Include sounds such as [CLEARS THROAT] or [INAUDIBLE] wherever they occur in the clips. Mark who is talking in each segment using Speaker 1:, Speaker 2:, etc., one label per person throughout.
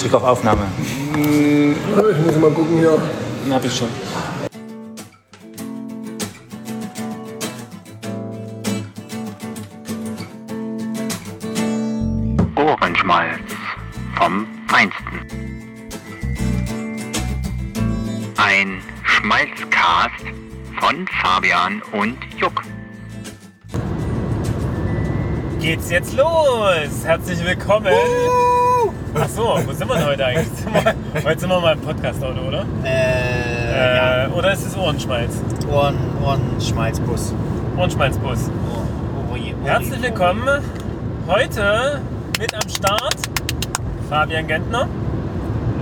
Speaker 1: Klick auf Aufnahme.
Speaker 2: Ich muss mal gucken hier.
Speaker 1: Na, hab ich schon.
Speaker 3: Ohrenschmalz vom Feinsten. Ein Schmalzcast von Fabian und Juck.
Speaker 4: Geht's jetzt los? Herzlich willkommen. Ach so, wo sind wir denn heute eigentlich? Sind wir- Heute sind wir mal im Podcast-Auto, oder?
Speaker 5: Äh, ja.
Speaker 4: Äh, oder ist es Ohrenschmalz?
Speaker 5: Ohren, Ohrenschmalzbus.
Speaker 4: Ohrenschmalzbus.
Speaker 5: Oh, oh, je- oh,
Speaker 4: Herzlich
Speaker 5: je-
Speaker 4: willkommen. Heute mit am Start Fabian Gentner.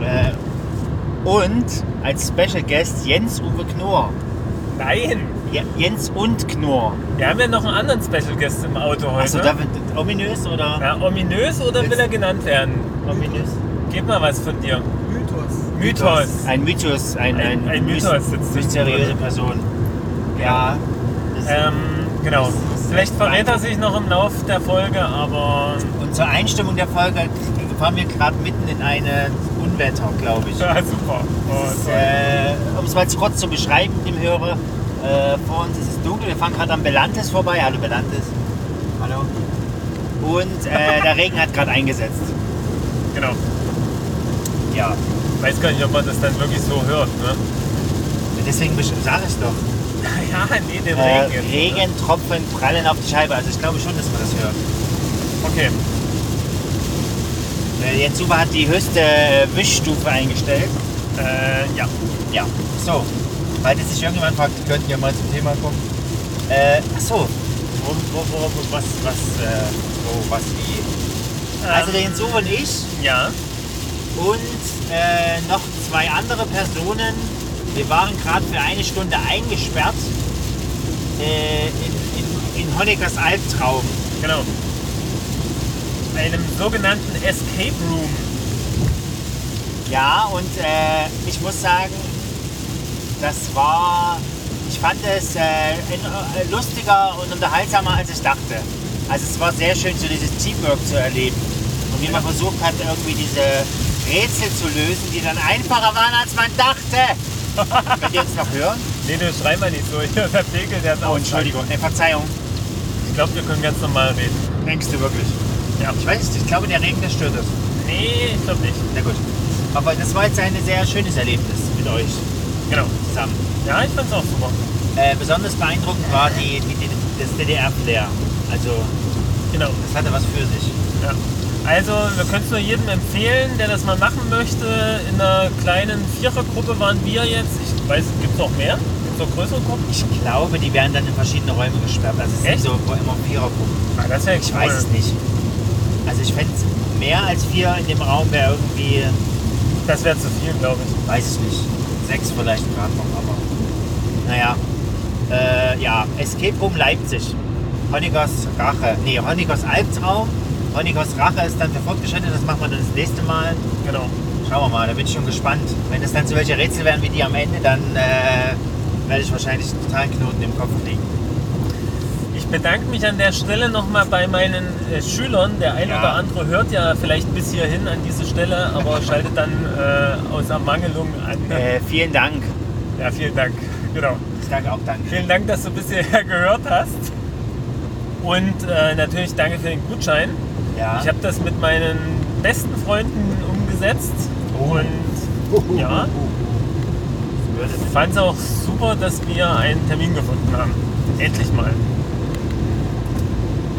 Speaker 5: Äh, und als Special Guest Jens-Uwe Knorr.
Speaker 4: Nein,
Speaker 5: Ja, Jens und Knorr.
Speaker 4: wir haben ja noch einen anderen Special Guest im Auto heute.
Speaker 5: Achso, da wird ominös oder?
Speaker 4: Na, ominös oder will er genannt werden?
Speaker 5: Ominös?
Speaker 4: Gib mal was von dir.
Speaker 2: Mythos.
Speaker 4: Mythos.
Speaker 5: Ein Mythos, ein,
Speaker 4: Ein- ein Mythos
Speaker 5: mys-
Speaker 4: sitzt
Speaker 5: mysteriöse
Speaker 4: drin.
Speaker 5: Person. Ja. das-
Speaker 4: Ähm, genau. Vielleicht verrät er sich noch im Lauf der Folge, aber
Speaker 5: Und zur Einstimmung der Folge fahren wir gerade mitten in eine Unwetter, glaube ich.
Speaker 4: [LAUGHS] ja, super. Oh,
Speaker 5: Es ist,
Speaker 4: toll.
Speaker 5: äh, um es mal kurz zu beschreiben, dem Hörer, äh, vor uns ist es dunkel. Wir fahren gerade am Belantes vorbei. Hallo Belantes. Hallo. Und äh, der Regen hat gerade eingesetzt.
Speaker 4: Genau.
Speaker 5: Ja,
Speaker 4: Weiß gar nicht, ob man das dann wirklich so hört, ne?
Speaker 5: deswegen besch- sag ich doch.
Speaker 4: [LAUGHS] Ja, nee, den
Speaker 5: Äh,
Speaker 4: Regen. jetzt, ne?
Speaker 5: Regentropfen prallen auf die Scheibe. Also ich glaube schon, dass man das hört.
Speaker 4: Okay.
Speaker 5: Äh, Jens Uwe hat die höchste äh, Wischstufe eingestellt.
Speaker 4: Äh, ja.
Speaker 5: Ja, so. Weil jetzt sich irgendjemand fragt, könnt ihr mal zum Thema kommen? Äh, ach so. Wo, wo, wo, wo, was, was, äh, wo, was, wie? Also der Jens Uwe und ich
Speaker 4: Ja.
Speaker 5: und äh, noch zwei andere Personen. Wir waren gerade für eine Stunde eingesperrt äh, in, in, in Honeckers Albtraum.
Speaker 4: Genau. Einem sogenannten Escape Room.
Speaker 5: Ja, und äh, ich muss sagen, das war, ich fand es äh, in- äh, lustiger und unterhaltsamer, als ich dachte. Also es war sehr schön, so dieses Teamwork zu erleben. Und wie man versucht hat, irgendwie diese Rätsel zu lösen, die dann einfacher waren, als man dachte.
Speaker 4: [LAUGHS]
Speaker 5: Könnt ihr jetzt noch hören?
Speaker 4: Nee, du schrei mal nicht so. Hier, der Pegel, der ist
Speaker 5: Oh, Entschuldigung, äh, Verzeihung.
Speaker 4: Ich glaube, wir können ganz normal reden.
Speaker 5: Denkst du wirklich?
Speaker 4: Ja.
Speaker 5: Ich weiß es nicht, ich glaube, der Regen, der stört es.
Speaker 4: Nee, ich glaube nicht.
Speaker 5: Na gut. Aber das war jetzt ein sehr schönes Erlebnis mit euch
Speaker 4: Genau.
Speaker 5: zusammen.
Speaker 4: Ja, ich fand's auch super.
Speaker 5: Äh, besonders beeindruckend war die, die, die, das DDR-Flair. Also,
Speaker 4: Genau.
Speaker 5: das hatte was für sich.
Speaker 4: Ja. Also, wir können es nur jedem empfehlen, der das mal machen möchte. In einer kleinen Vierergruppe waren wir jetzt. Ich weiß, gibt es noch mehr? Gibt es noch größere Gruppen?
Speaker 5: Ich glaube, die werden dann in verschiedene Räume gesperrt. Also, es
Speaker 4: Echt?
Speaker 5: sind so wo immer Vierergruppen.
Speaker 4: Ah, das ist ja
Speaker 5: Ich
Speaker 4: cool.
Speaker 5: weiß es nicht. Also, ich fände mehr als vier in dem Raum wäre irgendwie,
Speaker 4: Das wäre zu viel, glaube ich.
Speaker 5: weiß ich nicht, sechs vielleicht gerade noch, aber naja. Äh, ja, Escape Room Leipzig. Honigers Rache. Nee, Honigers Albtraum. Honigers Rache ist dann für fortgeschritten, das machen wir dann das nächste Mal.
Speaker 4: Genau.
Speaker 5: Schauen wir mal, da bin ich schon gespannt. Wenn es dann so welche Rätsel werden wie die am Ende, dann äh, werde ich wahrscheinlich einen totalen Knoten im Kopf
Speaker 4: [LAUGHS]
Speaker 5: kriegen.
Speaker 4: Ich bedanke mich an der Stelle nochmal bei meinen äh, Schülern. Der ein
Speaker 5: Ja.
Speaker 4: oder andere hört ja vielleicht bis hierhin an diese Stelle,
Speaker 5: [LAUGHS]
Speaker 4: aber schaltet dann äh, aus Ermangelung an.
Speaker 5: Äh, vielen Dank.
Speaker 4: Ja, vielen Dank. Genau.
Speaker 5: Ich sage auch Dank.
Speaker 4: Vielen Dank, dass du bis hierher [LAUGHS] gehört hast. Und äh, natürlich danke für den Gutschein.
Speaker 5: Ja.
Speaker 4: Ich habe das mit meinen besten Freunden umgesetzt
Speaker 5: Oh.
Speaker 4: und ja, fand es auch super, dass wir einen Termin gefunden haben. Endlich mal.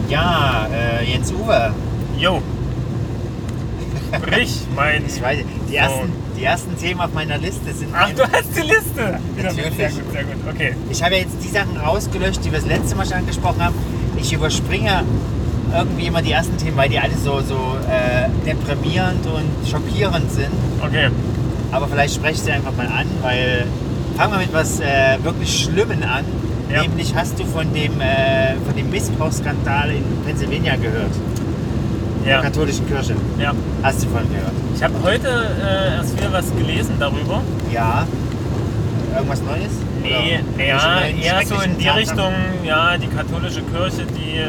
Speaker 5: ja, äh, Jens Uwe.
Speaker 4: Jo. Brich mein.
Speaker 5: Ich weiß, die ersten, die ersten Themen auf meiner Liste sind.
Speaker 4: Ach, du hast die Liste. Ja,
Speaker 5: Natürlich.
Speaker 4: Sehr gut, sehr gut. Okay.
Speaker 5: Ich habe ja jetzt die Sachen rausgelöscht, die wir das letzte Mal schon angesprochen haben. Ich überspringe irgendwie immer die ersten Themen, weil die alle so, so äh, deprimierend und schockierend sind.
Speaker 4: Okay.
Speaker 5: Aber vielleicht spreche ich sie einfach mal an, weil fangen wir mit was äh, wirklich Schlimmen an.
Speaker 4: Ja.
Speaker 5: Nämlich hast du von dem, äh, von dem Missbrauchsskandal in Pennsylvania gehört, der
Speaker 4: Ja.
Speaker 5: katholischen Kirche.
Speaker 4: ja.
Speaker 5: Hast du von gehört?
Speaker 4: Ich habe heute äh, erst wieder was gelesen darüber.
Speaker 5: Ja. Irgendwas Neues?
Speaker 4: Nee,
Speaker 5: Oder
Speaker 4: ja,
Speaker 5: irgendwelche neuen
Speaker 4: eher so in
Speaker 5: schrecklichen
Speaker 4: die
Speaker 5: Tatsachen?
Speaker 4: Richtung, ja, die katholische Kirche, die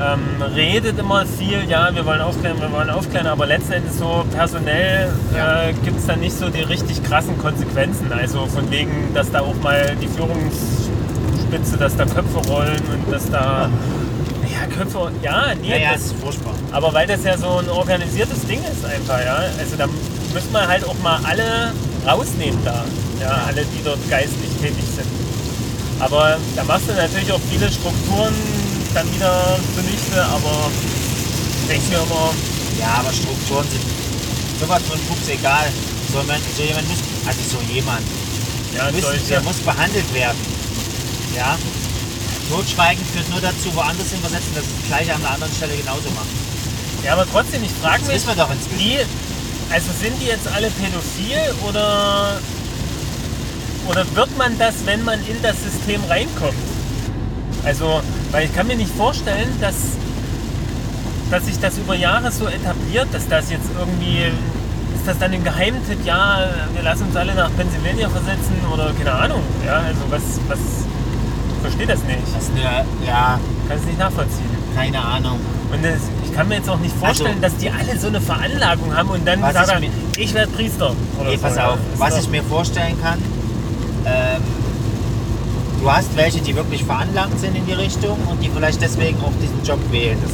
Speaker 4: ähm, redet immer viel, ja, wir wollen aufklären, wir wollen aufklären, aber letzten Endes so personell äh, gibt es da nicht so die richtig krassen Konsequenzen. Also von wegen, dass da auch mal die Führungsspitze, dass da Köpfe rollen und dass da. Ja, Köpfe, ja, nee,
Speaker 5: Ja, ja,
Speaker 4: das,
Speaker 5: es ist furchtbar.
Speaker 4: aber weil das ja so ein organisiertes Ding ist einfach, ja. Also da müssen wir halt auch mal alle rausnehmen da. Ja, alle, die dort geistlich tätig sind. Aber da machst du natürlich auch viele Strukturen dann wieder zunichte, aber ich denke mir immer,
Speaker 5: Ja, aber Strukturen sind sowas von Pups egal. So jemand, so jemand muss, also so jemand,
Speaker 4: ja,
Speaker 5: müssen, der
Speaker 4: solche,
Speaker 5: muss behandelt werden. Ja? Totschweigen führt nur dazu, woanders hin versetzen, dass es das gleiche an einer anderen Stelle genauso machen.
Speaker 4: ja, aber trotzdem, ich frage
Speaker 5: Das
Speaker 4: mich,
Speaker 5: wissen wir doch inzwischen.
Speaker 4: die, also sind die jetzt alle pädophil oder, oder wird man das, wenn man in das System reinkommt? Also, weil ich kann mir nicht vorstellen, dass, dass sich das über Jahre so etabliert, dass das jetzt irgendwie, ist das dann ein Geheimtipp, ja, wir lassen uns alle nach Pennsylvania versetzen oder keine Ahnung, ja, also was, was, ich verstehe das nicht,
Speaker 5: Das ist eine, ja,
Speaker 4: kann es nicht nachvollziehen.
Speaker 5: keine Ahnung.
Speaker 4: Und das, ich kann mir jetzt auch nicht vorstellen, dass
Speaker 5: Also-
Speaker 4: die alle so eine Veranlagung haben und dann
Speaker 5: Was
Speaker 4: gesagt
Speaker 5: ich
Speaker 4: haben,
Speaker 5: mir-
Speaker 4: ich werde Priester. Oder
Speaker 5: Nee, pass
Speaker 4: ja.
Speaker 5: auf,
Speaker 4: Ist
Speaker 5: was
Speaker 4: doch-
Speaker 5: ich mir vorstellen kann, ähm, du hast welche, die wirklich veranlagt sind in die Richtung und die vielleicht deswegen auch diesen Job wählen. Das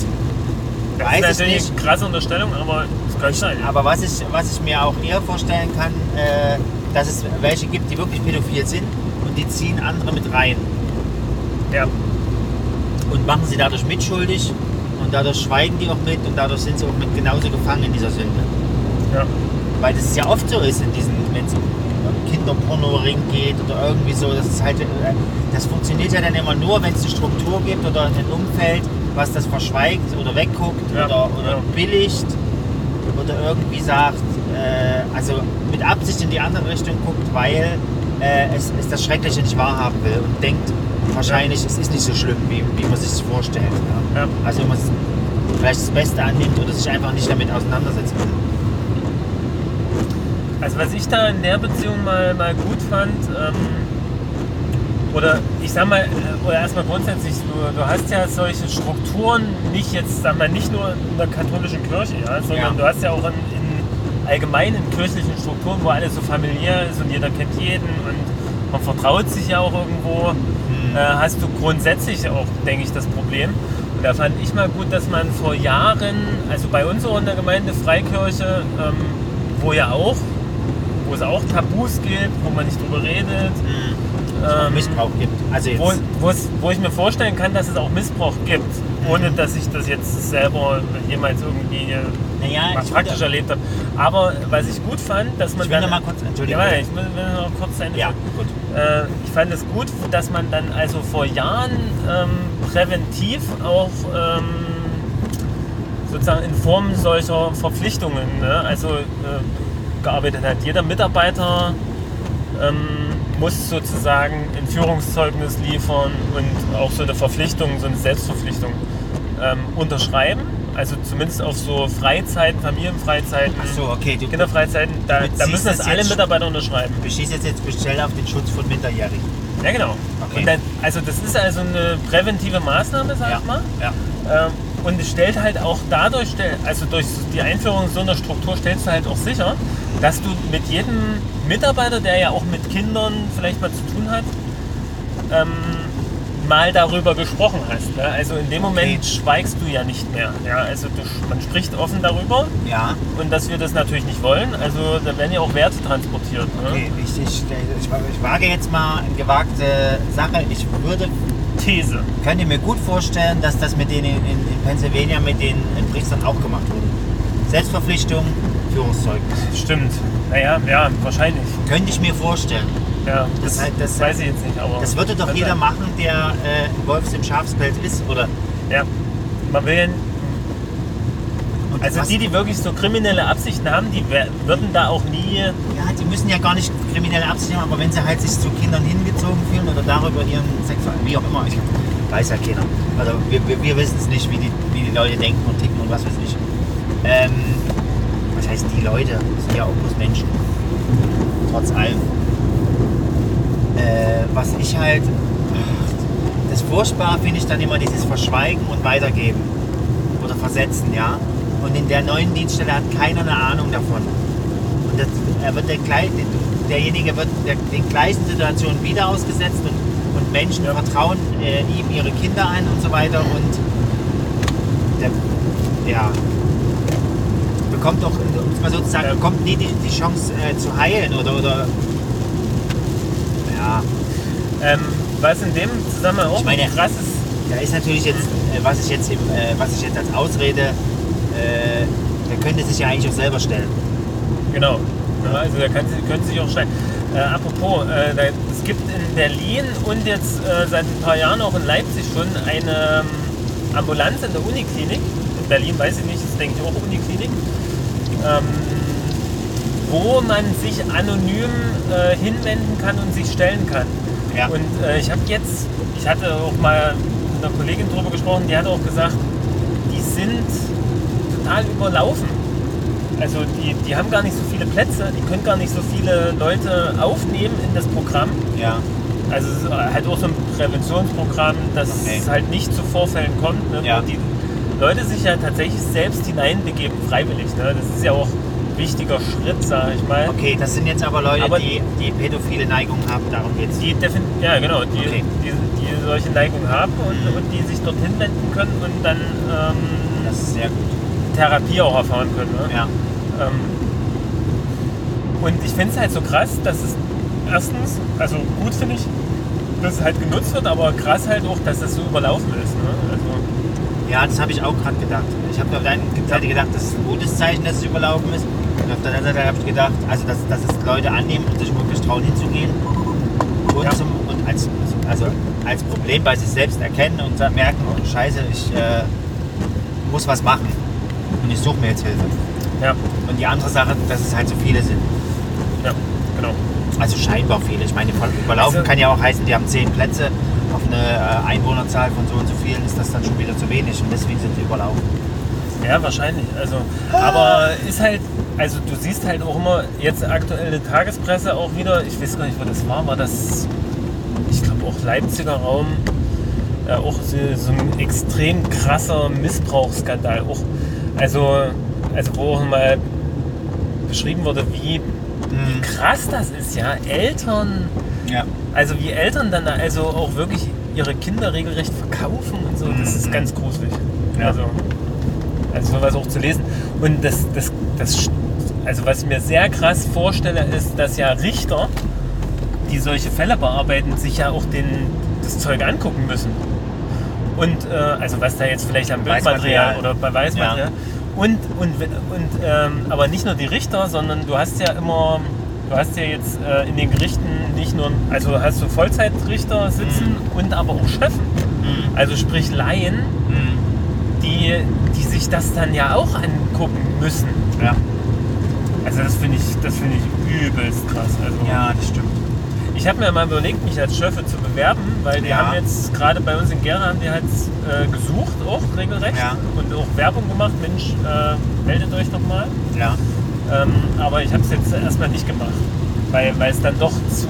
Speaker 4: das
Speaker 5: weiß
Speaker 4: ist
Speaker 5: ich
Speaker 4: natürlich
Speaker 5: nicht.
Speaker 4: eine krasse Unterstellung, aber es könnte sein. ja.
Speaker 5: Aber was ich, was ich mir auch eher vorstellen kann, äh, dass es welche gibt, die wirklich pädophil sind und die ziehen andere mit rein
Speaker 4: Ja.
Speaker 5: und machen sie dadurch mitschuldig und dadurch schweigen die auch mit und dadurch sind sie auch mit genauso gefangen in dieser Sünde.
Speaker 4: Ja.
Speaker 5: Weil das ja oft so ist in diesen, wenn es um Kinderporno-Ring geht oder irgendwie so, das ist halt, äh, das funktioniert ja dann immer nur, wenn es eine Struktur gibt oder ein Umfeld, was das verschweigt oder wegguckt
Speaker 4: Ja,
Speaker 5: oder, oder
Speaker 4: ja.
Speaker 5: billigt oder irgendwie sagt, äh, also mit Absicht in die andere Richtung guckt, weil äh, es, es das Schreckliche nicht wahrhaben will und denkt, wahrscheinlich, es ist nicht so schlimm, wie, wie man sich das vorstellt. Ja.
Speaker 4: Ja.
Speaker 5: Also wenn man es vielleicht das Beste annimmt oder sich einfach nicht damit auseinandersetzen will.
Speaker 4: Also was ich da in der Beziehung mal, mal gut fand, ähm, oder ich sag mal, äh, oder erstmal grundsätzlich, du, du hast ja solche Strukturen nicht jetzt, sag mal, nicht nur in der katholischen Kirche, ja, sondern
Speaker 5: Ja.
Speaker 4: du hast ja auch in, in allgemeinen kirchlichen Strukturen, wo alles so familiär ist und jeder kennt jeden und man vertraut sich ja auch irgendwo, äh, hast du grundsätzlich auch, denke ich, das Problem. Und da fand ich mal gut, dass man vor Jahren, also bei uns auch in der Gemeinde Freikirche, ähm, wo ja auch, wo es auch Tabus gibt, wo man nicht drüber redet,
Speaker 5: ähm,
Speaker 4: ähm,
Speaker 5: Missbrauch gibt. Also jetzt,
Speaker 4: wo, wo, es, wo ich mir vorstellen kann, dass es auch Missbrauch gibt,
Speaker 5: Mhm.
Speaker 4: ohne dass ich das jetzt selber jemals irgendwie äh,
Speaker 5: Naja,
Speaker 4: mal
Speaker 5: ich
Speaker 4: praktisch
Speaker 5: würde-
Speaker 4: erlebt habe. Aber was ich gut fand, dass man
Speaker 5: ich will
Speaker 4: dann-
Speaker 5: noch mal kurz,
Speaker 4: ja,
Speaker 5: Entschuldigung.
Speaker 4: warte, ich will will noch kurz zu Ende
Speaker 5: ja,
Speaker 4: führen.
Speaker 5: gut.
Speaker 4: Äh, ich fand es gut, dass man dann also vor Jahren ähm, präventiv auch ähm, sozusagen in Form solcher Verpflichtungen, ne? also äh, gearbeitet hat. Jeder Mitarbeiter ähm, muss sozusagen ein Führungszeugnis liefern und auch so eine Verpflichtung, so eine Selbstverpflichtung ähm, unterschreiben. Also zumindest auf so Freizeiten, Familienfreizeiten,
Speaker 5: Ach so, okay,
Speaker 4: Genau.
Speaker 5: du
Speaker 4: Kinderfreizeiten, da,
Speaker 5: Du
Speaker 4: da
Speaker 5: beziehst
Speaker 4: müssen das
Speaker 5: das
Speaker 4: alle
Speaker 5: jetzt-
Speaker 4: Mitarbeiter unterschreiben.
Speaker 5: beschießt jetzt, jetzt speziell auf den Schutz von Minderjährigen.
Speaker 4: Ja, genau.
Speaker 5: Okay.
Speaker 4: Und dann, also das ist also eine präventive Maßnahme, sag ich mal.
Speaker 5: ja.
Speaker 4: Ähm, und es stellt halt auch dadurch, stell- also durch die Einführung so einer Struktur stellst du halt auch sicher, dass du mit jedem Mitarbeiter, der ja auch mit Kindern vielleicht mal zu tun hat, ähm, mal darüber gesprochen hast. Ne? Also in dem Moment
Speaker 5: Okay.
Speaker 4: schweigst du ja nicht mehr. Ja? Also du, man spricht offen darüber
Speaker 5: Ja,
Speaker 4: und dass wir das natürlich nicht wollen. Also da werden ja auch Werte transportiert. Ne?
Speaker 5: okay. Ich, ich, ich, ich wage jetzt mal eine gewagte Sache. Ich würde,
Speaker 4: These.
Speaker 5: könnte mir gut vorstellen, dass das mit denen in, in Pennsylvania mit den in Priestern auch gemacht wurde. Selbstverpflichtung, Führungszeugnis.
Speaker 4: Stimmt. Naja, ja, wahrscheinlich.
Speaker 5: Könnte ich mir vorstellen.
Speaker 4: Ja, das,
Speaker 5: Das halt- das-
Speaker 4: weiß ich jetzt nicht, aber. also,
Speaker 5: Das würde doch
Speaker 4: kann
Speaker 5: jeder
Speaker 4: sein.
Speaker 5: machen, der äh, Wolfs im Schafspelz ist, oder?
Speaker 4: Ja. Man will, ja-
Speaker 5: Und
Speaker 4: also
Speaker 5: was-
Speaker 4: die, die wirklich so kriminelle Absichten haben, die wer- würden da auch nie.
Speaker 5: Ja, die müssen ja gar nicht kriminelle Absichten haben, aber wenn sie halt sich zu Kindern hingezogen fühlen oder darüber ihren sexuellen, wie auch immer, ich weiß ja keiner. Also wir, wir, wir wissen es nicht, wie die, wie die Leute denken und ticken und was weiß ich. Ähm, was heißt die Leute? Das sind ja auch bloß Menschen. Trotz allem. Äh, was ich halt. ach, Das Furchtbare finde ich dann immer dieses Verschweigen und Weitergeben oder Versetzen, ja. Und in der neuen Dienststelle hat keiner eine Ahnung davon. Und das, er wird der, gleich- derjenige wird der, den gleichen Situationen wieder ausgesetzt und, und Menschen vertrauen äh, ihm ihre Kinder an und so weiter und der, ja bekommt auch, um es mal so zu sagen, bekommt nie die, die Chance äh, zu heilen oder, oder ja.
Speaker 4: Ähm, was in dem Zusammenhang auch
Speaker 5: Ich meine-
Speaker 4: krass ist,
Speaker 5: Da ist natürlich jetzt, äh, was ich jetzt, im, äh, was ich jetzt als Ausrede, äh, der könnte sich ja eigentlich auch selber stellen.
Speaker 4: Genau. Ja, also da kann, sie- können Sie sich auch schneiden. Äh, apropos, äh, da, es gibt in Berlin und jetzt äh, seit ein paar Jahren auch in Leipzig schon eine ähm, Ambulanz in der Uniklinik. In Berlin weiß ich nicht, ist denke ich auch Uniklinik. Ähm, wo man sich anonym äh, hinwenden kann und sich stellen kann.
Speaker 5: Ja.
Speaker 4: Und äh, ich habe jetzt, ich hatte auch mal mit einer Kollegin drüber gesprochen, die hat auch gesagt, die sind total überlaufen. Also die, die haben gar nicht so viele Plätze, die können gar nicht so viele Leute aufnehmen in das Programm.
Speaker 5: Ja.
Speaker 4: Also es ist halt auch so ein Präventionsprogramm, dass
Speaker 5: Okay.
Speaker 4: es halt nicht zu Vorfällen kommt, ne,
Speaker 5: Ja.
Speaker 4: wo die Leute sich ja tatsächlich selbst hineinbegeben, freiwillig. Ne? Das ist ja auch ein wichtiger Schritt, sage ich mal.
Speaker 5: Okay, das sind jetzt aber Leute,
Speaker 4: Aber-
Speaker 5: die, die pädophile Neigungen haben, darum geht's.
Speaker 4: Die defin ja genau, die,
Speaker 5: Okay. Mhm.
Speaker 4: die, die solche Neigung haben und, und die sich dorthin wenden können und dann ähm,
Speaker 5: Das ist sehr gut.
Speaker 4: Therapie auch erfahren können. Ne?
Speaker 5: Ja.
Speaker 4: Ähm, und ich finde es halt so krass, dass es erstens, also gut finde ich, dass es halt genutzt wird, aber krass halt auch, dass es so überlaufen ist. Ne? Also,
Speaker 5: Ja, das habe ich auch gerade gedacht. Ich habe auf der einen Seite gedacht, das ist ein gutes Zeichen, dass es überlaufen ist. Und auf der anderen Seite habe ich gedacht, also dass, dass es Leute annehmen und sich wirklich trauen hinzugehen. Und,
Speaker 4: Ja.
Speaker 5: zum, und als, also als Problem bei sich selbst erkennen und dann merken, oh, scheiße, ich äh, muss was machen. Und ich suche mir jetzt Hilfe.
Speaker 4: ja,
Speaker 5: Und die andere Sache, dass es halt so viele sind.
Speaker 4: ja, genau.
Speaker 5: Also scheinbar viele. Ich meine, von überlaufen
Speaker 4: Also-
Speaker 5: kann ja auch heißen, die haben zehn Plätze. Auf eine äh, Einwohnerzahl von so und so vielen ist das dann schon wieder zu wenig. Und deswegen sind sie überlaufen.
Speaker 4: Ja, wahrscheinlich. Also, aber ist halt, also du siehst halt auch immer jetzt aktuelle Tagespresse auch wieder, ich weiß gar nicht, wo das war, war das, ich glaube auch Leipziger Raum, ja, auch so, so ein extrem krasser Missbrauchsskandal. Auch, also, also wo auch mal beschrieben wurde, wie, wie krass das ist, ja. Eltern,
Speaker 5: Mhm. Ja.
Speaker 4: also wie Eltern dann also auch wirklich ihre Kinder regelrecht verkaufen und so, das ist ganz gruselig.
Speaker 5: Mhm. Ja.
Speaker 4: Also, also sowas auch zu lesen. Und das, das, das, also was ich mir sehr krass vorstelle, ist, dass ja Richter, die solche Fälle bearbeiten, sich ja auch den, das Zeug angucken müssen. Und äh, also was da jetzt vielleicht am Bildmaterial
Speaker 5: Beweismaterial.
Speaker 4: oder Beweismaterial. Und, und, und ähm, aber nicht nur die Richter, sondern du hast ja immer, du hast ja jetzt äh, in den Gerichten nicht nur, also hast du Vollzeitrichter sitzen
Speaker 5: Mhm.
Speaker 4: und aber auch Chefen. Also sprich Laien,
Speaker 5: Mhm.
Speaker 4: die, die sich das dann ja auch angucken müssen.
Speaker 5: Ja.
Speaker 4: Also das finde ich, das finde ich übelst krass. Also
Speaker 5: Ja, das stimmt.
Speaker 4: ich habe mir mal überlegt, mich als Schöffe zu bewerben, weil die
Speaker 5: Ja.
Speaker 4: haben jetzt gerade bei uns in Gera haben die halt äh, gesucht, auch regelrecht
Speaker 5: Ja.
Speaker 4: und auch Werbung gemacht. Mensch, äh, meldet euch doch mal.
Speaker 5: Ja.
Speaker 4: Ähm, aber ich habe es jetzt erstmal nicht gemacht, weil weil es dann doch zu,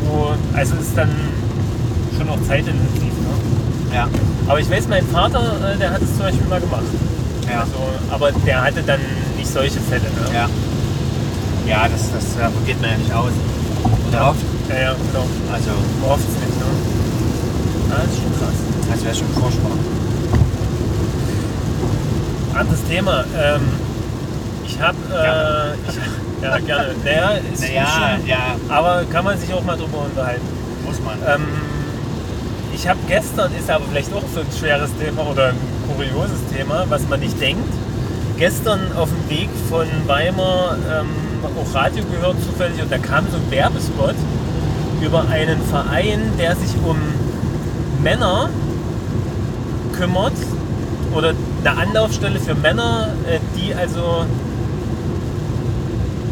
Speaker 4: also es ist dann schon auch zeitintensiv. Ne?
Speaker 5: Ja.
Speaker 4: Aber ich weiß, mein Vater, äh, der hat es zum Beispiel mal gemacht.
Speaker 5: Ja.
Speaker 4: Also, aber der hatte dann nicht solche Fälle. Ne?
Speaker 5: Ja. Ja, das, das äh, probiert man ja nicht aus. Oder oft.
Speaker 4: ja, ja, genau.
Speaker 5: Also,
Speaker 4: Oft nicht. Ne? Ah, das ist schon krass.
Speaker 5: das wäre schon furchtbar.
Speaker 4: Anderes Thema. Ähm, ich habe. Äh, ich- ja, gerne. Naja, ist
Speaker 5: Naja,
Speaker 4: schon,
Speaker 5: ja,
Speaker 4: aber kann man sich auch mal drüber unterhalten.
Speaker 5: muss man.
Speaker 4: Ähm, ich habe gestern, ist aber vielleicht auch so ein schweres Thema oder ein kurioses Thema, was man nicht denkt. Gestern auf dem Weg von Weimar ähm, auch Radio gehört zufällig und da kam so ein Werbespot über einen Verein, der sich um Männer kümmert oder eine Anlaufstelle für Männer, äh, die also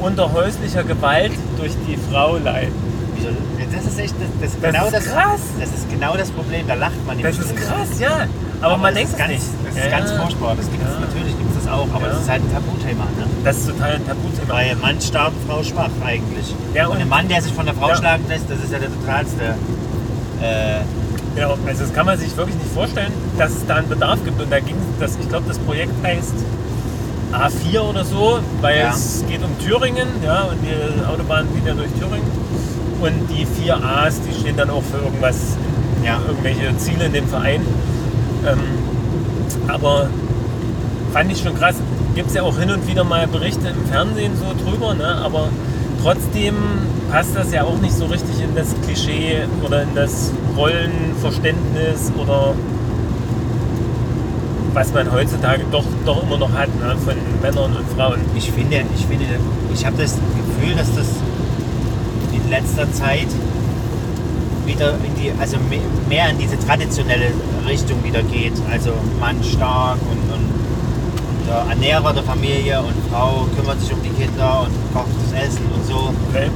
Speaker 4: unter häuslicher Gewalt durch die Frau leiden.
Speaker 5: Wieso? Das ist echt, das, das, genau
Speaker 4: ist
Speaker 5: das,
Speaker 4: krass.
Speaker 5: Das ist genau das Problem, da lacht man
Speaker 4: Das
Speaker 5: nämlich
Speaker 4: ist
Speaker 5: drüber.
Speaker 4: krass, ja. Aber, man
Speaker 5: das
Speaker 4: denkt
Speaker 5: ist
Speaker 4: es
Speaker 5: ganz,
Speaker 4: nicht.
Speaker 5: Das
Speaker 4: ja.
Speaker 5: ist ganz furchtbar. Das gibt's,
Speaker 4: Ja.
Speaker 5: Natürlich gibt es das auch, aber
Speaker 4: Ja.
Speaker 5: das ist halt ein Tabuthema. Ne?
Speaker 4: Das ist total ein Tabuthema.
Speaker 5: Weil Mann starb, Frau schwach eigentlich.
Speaker 4: Ja,
Speaker 5: und,
Speaker 4: und-
Speaker 5: ein Mann, der sich von der Frau
Speaker 4: Ja.
Speaker 5: schlagen lässt, das ist ja der totalste. Äh,
Speaker 4: Genau, also das kann man sich wirklich nicht vorstellen, dass es da einen Bedarf gibt. Und da ging das, ich glaube, das Projekt heißt A4 oder so, weil
Speaker 5: Ja.
Speaker 4: es geht um Thüringen, ja, und die Autobahn geht ja durch Thüringen. Und die vier A's, die stehen dann auch für irgendwas,
Speaker 5: Ja.
Speaker 4: irgendwelche Ziele in dem Verein. Ähm, aber fand ich schon krass. Gibt es ja auch hin und wieder mal Berichte im Fernsehen so drüber, ne? aber trotzdem passt das ja auch nicht so richtig in das Klischee oder in das Rollenverständnis oder was man heutzutage doch, doch immer noch hat ne? von Männern und Frauen.
Speaker 5: Ich finde, ich finde, ich habe das Gefühl, dass das in letzter Zeit wieder in die, also me- mehr in diese traditionelle Richtung wieder geht. Also Mann stark und, und der Ernährer der Familie und Frau kümmert sich um die Kinder und kocht das Essen und so.
Speaker 4: Okay?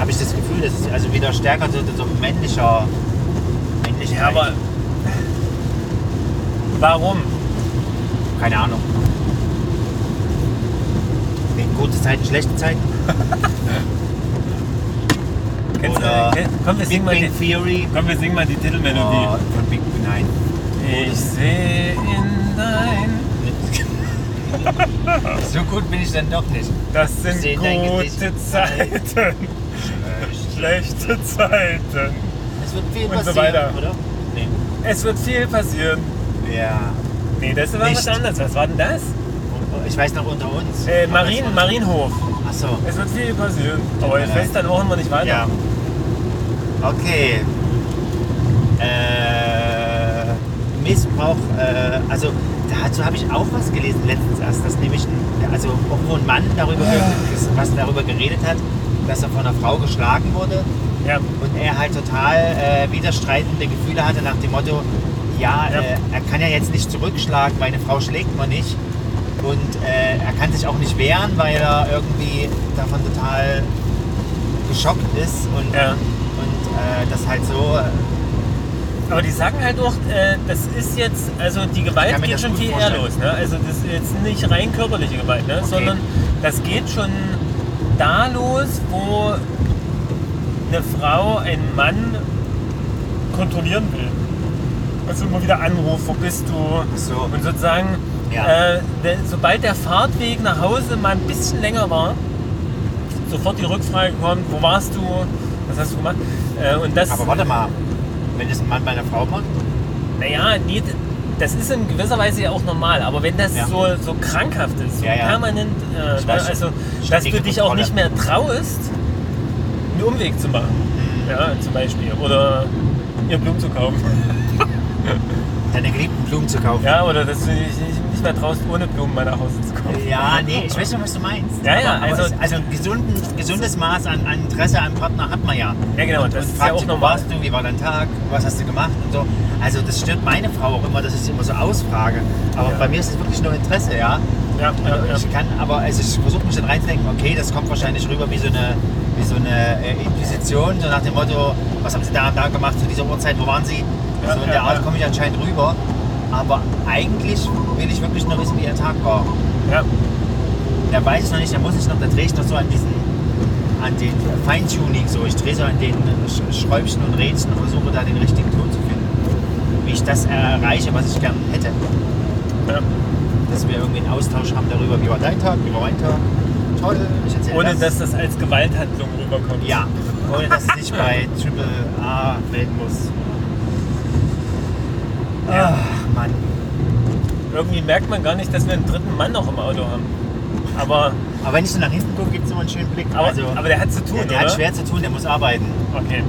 Speaker 5: Habe ich das Gefühl, dass es also wieder stärker so, so männlicher, männlicher.
Speaker 4: Ja, aber warum?
Speaker 5: keine Ahnung. Wegen gute Zeiten, schlechte Zeiten.
Speaker 4: Kennst du,
Speaker 5: Oder
Speaker 4: kenn- komm, wir
Speaker 5: Big
Speaker 4: singen mal die,
Speaker 5: Bang Theory.
Speaker 4: komm, wir singen mal die Titelmelodie.
Speaker 5: Oh, von Big
Speaker 4: [LAUGHS]
Speaker 5: Nein.
Speaker 4: Ich sehe in dein
Speaker 5: So gut bin ich dann doch nicht.
Speaker 4: Das sind
Speaker 5: Sehen dein
Speaker 4: gute
Speaker 5: Gesicht.
Speaker 4: Zeiten, [LAUGHS] schlechte Zeiten.
Speaker 5: Es wird viel
Speaker 4: Und so
Speaker 5: passieren,
Speaker 4: weiter.
Speaker 5: oder? Nee.
Speaker 4: Es wird viel passieren.
Speaker 5: Ja.
Speaker 4: Nee, das war was
Speaker 5: Nicht.
Speaker 4: anderes. Was war denn das?
Speaker 5: Ich weiß noch unter uns.
Speaker 4: Äh, Marien, Marienhof.
Speaker 5: Achso.
Speaker 4: Es wird viel passieren. Aber
Speaker 5: mir
Speaker 4: ich
Speaker 5: leid.
Speaker 4: weiß dann auch immer nicht weiter.
Speaker 5: Ja. Okay. Äh, Missbrauch, äh, also dazu habe ich auch was gelesen letztens erst, dass nämlich ein- also irgendwo ein Mann darüber ge- was darüber geredet hat, dass er von einer Frau geschlagen wurde
Speaker 4: Ja.
Speaker 5: und er halt total äh, widerstreitende Gefühle hatte nach dem Motto, ja,
Speaker 4: Ja.
Speaker 5: Äh, er kann ja jetzt nicht zurückschlagen, meine Frau schlägt man nicht. Und äh, er kann sich auch nicht wehren, weil er irgendwie davon total geschockt ist und,
Speaker 4: Ja.
Speaker 5: und äh, das halt so, äh,
Speaker 4: Aber die sagen halt auch, äh, das ist jetzt, also die Gewalt
Speaker 5: kann mir
Speaker 4: geht
Speaker 5: das
Speaker 4: schon
Speaker 5: gut
Speaker 4: viel eher
Speaker 5: vorstellen.
Speaker 4: los. Ne? Also das ist jetzt nicht rein körperliche Gewalt, ne?
Speaker 5: Okay.
Speaker 4: sondern das geht schon da los, wo eine Frau einen Mann kontrollieren will. Also immer wieder Anruf, wo bist du?
Speaker 5: so
Speaker 4: Und sozusagen,
Speaker 5: Ja.
Speaker 4: äh, wenn- sobald der Fahrtweg nach Hause mal ein bisschen länger war, sofort die Rückfrage kommt, wo warst du, was hast du gemacht? Äh, und das,
Speaker 5: Aber warte mal, wenn das ein Mann bei einer Frau macht,
Speaker 4: naja, nee, d- das ist in gewisser Weise ja auch normal, aber wenn das
Speaker 5: Ja.
Speaker 4: so, so krankhaft ist, so
Speaker 5: Ja, ja.
Speaker 4: permanent, äh,
Speaker 5: Ich
Speaker 4: ne,
Speaker 5: weiß schon.
Speaker 4: also, dass
Speaker 5: Ständige
Speaker 4: du dich auch
Speaker 5: Kontrolle.
Speaker 4: nicht mehr traust, einen Umweg zu machen,
Speaker 5: Mhm.
Speaker 4: ja, zum Beispiel, oder ihr Blumen zu kaufen. [LAUGHS]
Speaker 5: deine geliebten Blumen zu kaufen.
Speaker 4: Ja, oder dass du dich nicht, nicht mehr traust, ohne Blumen mal nach Hause zu kommen.
Speaker 5: Ja, nee, ich weiß schon, was du meinst.
Speaker 4: Ja, ja,
Speaker 5: aber, aber
Speaker 4: also-
Speaker 5: es, also ein gesunden, gesundes Maß an, an Interesse am Partner hat man ja.
Speaker 4: Ja, genau,
Speaker 5: und,
Speaker 4: das
Speaker 5: und
Speaker 4: ist
Speaker 5: fragt
Speaker 4: ja auch
Speaker 5: sich, wo
Speaker 4: normal.
Speaker 5: warst du, wie war dein Tag, was hast du gemacht und so. Also das stört meine Frau auch immer, dass ich sie immer so ausfrage. Aber
Speaker 4: Ja.
Speaker 5: bei mir ist es wirklich nur Interesse, ja.
Speaker 4: Ja,
Speaker 5: Und
Speaker 4: ja, ja.
Speaker 5: Ich kann, aber also ich versuche mich dann reinzudenken, okay, das kommt wahrscheinlich rüber wie so eine, wie so eine äh, Inquisition, so nach dem Motto, was haben sie da und da gemacht zu dieser Uhrzeit, wo waren sie?
Speaker 4: Ja,
Speaker 5: so in
Speaker 4: ja,
Speaker 5: der Art
Speaker 4: ja.
Speaker 5: komme ich anscheinend rüber. Aber eigentlich will ich wirklich nur wissen, wie ihr Tag war.
Speaker 4: Ja.
Speaker 5: Da weiß ich noch nicht, da muss ich noch, da drehe ich noch so an diesen, an den Feintuning so. Ich drehe so an den Sch- Schräubchen und Rädchen und versuche da den richtigen Ton zu finden. Wie ich das erreiche, was ich gerne hätte.
Speaker 4: Ja.
Speaker 5: Dass wir irgendwie einen Austausch haben darüber, wie war dein Tag, wie war mein Tag. Toll, ich erzähle
Speaker 4: Ohne
Speaker 5: das.
Speaker 4: dass das als Gewalthandlung rüberkommt.
Speaker 5: Ja, ohne dass es nicht bei Triple A melden muss.
Speaker 4: Ja.
Speaker 5: Ach, Mann.
Speaker 4: Irgendwie merkt man gar nicht, dass wir einen dritten Mann noch im Auto haben. Aber,
Speaker 5: Aber wenn ich so nach hinten gucke, gibt es immer einen schönen Blick.
Speaker 4: aber, aber der hat zu tun,
Speaker 5: Also, der, der
Speaker 4: oder?
Speaker 5: hat schwer zu tun, der muss arbeiten.
Speaker 4: Okay.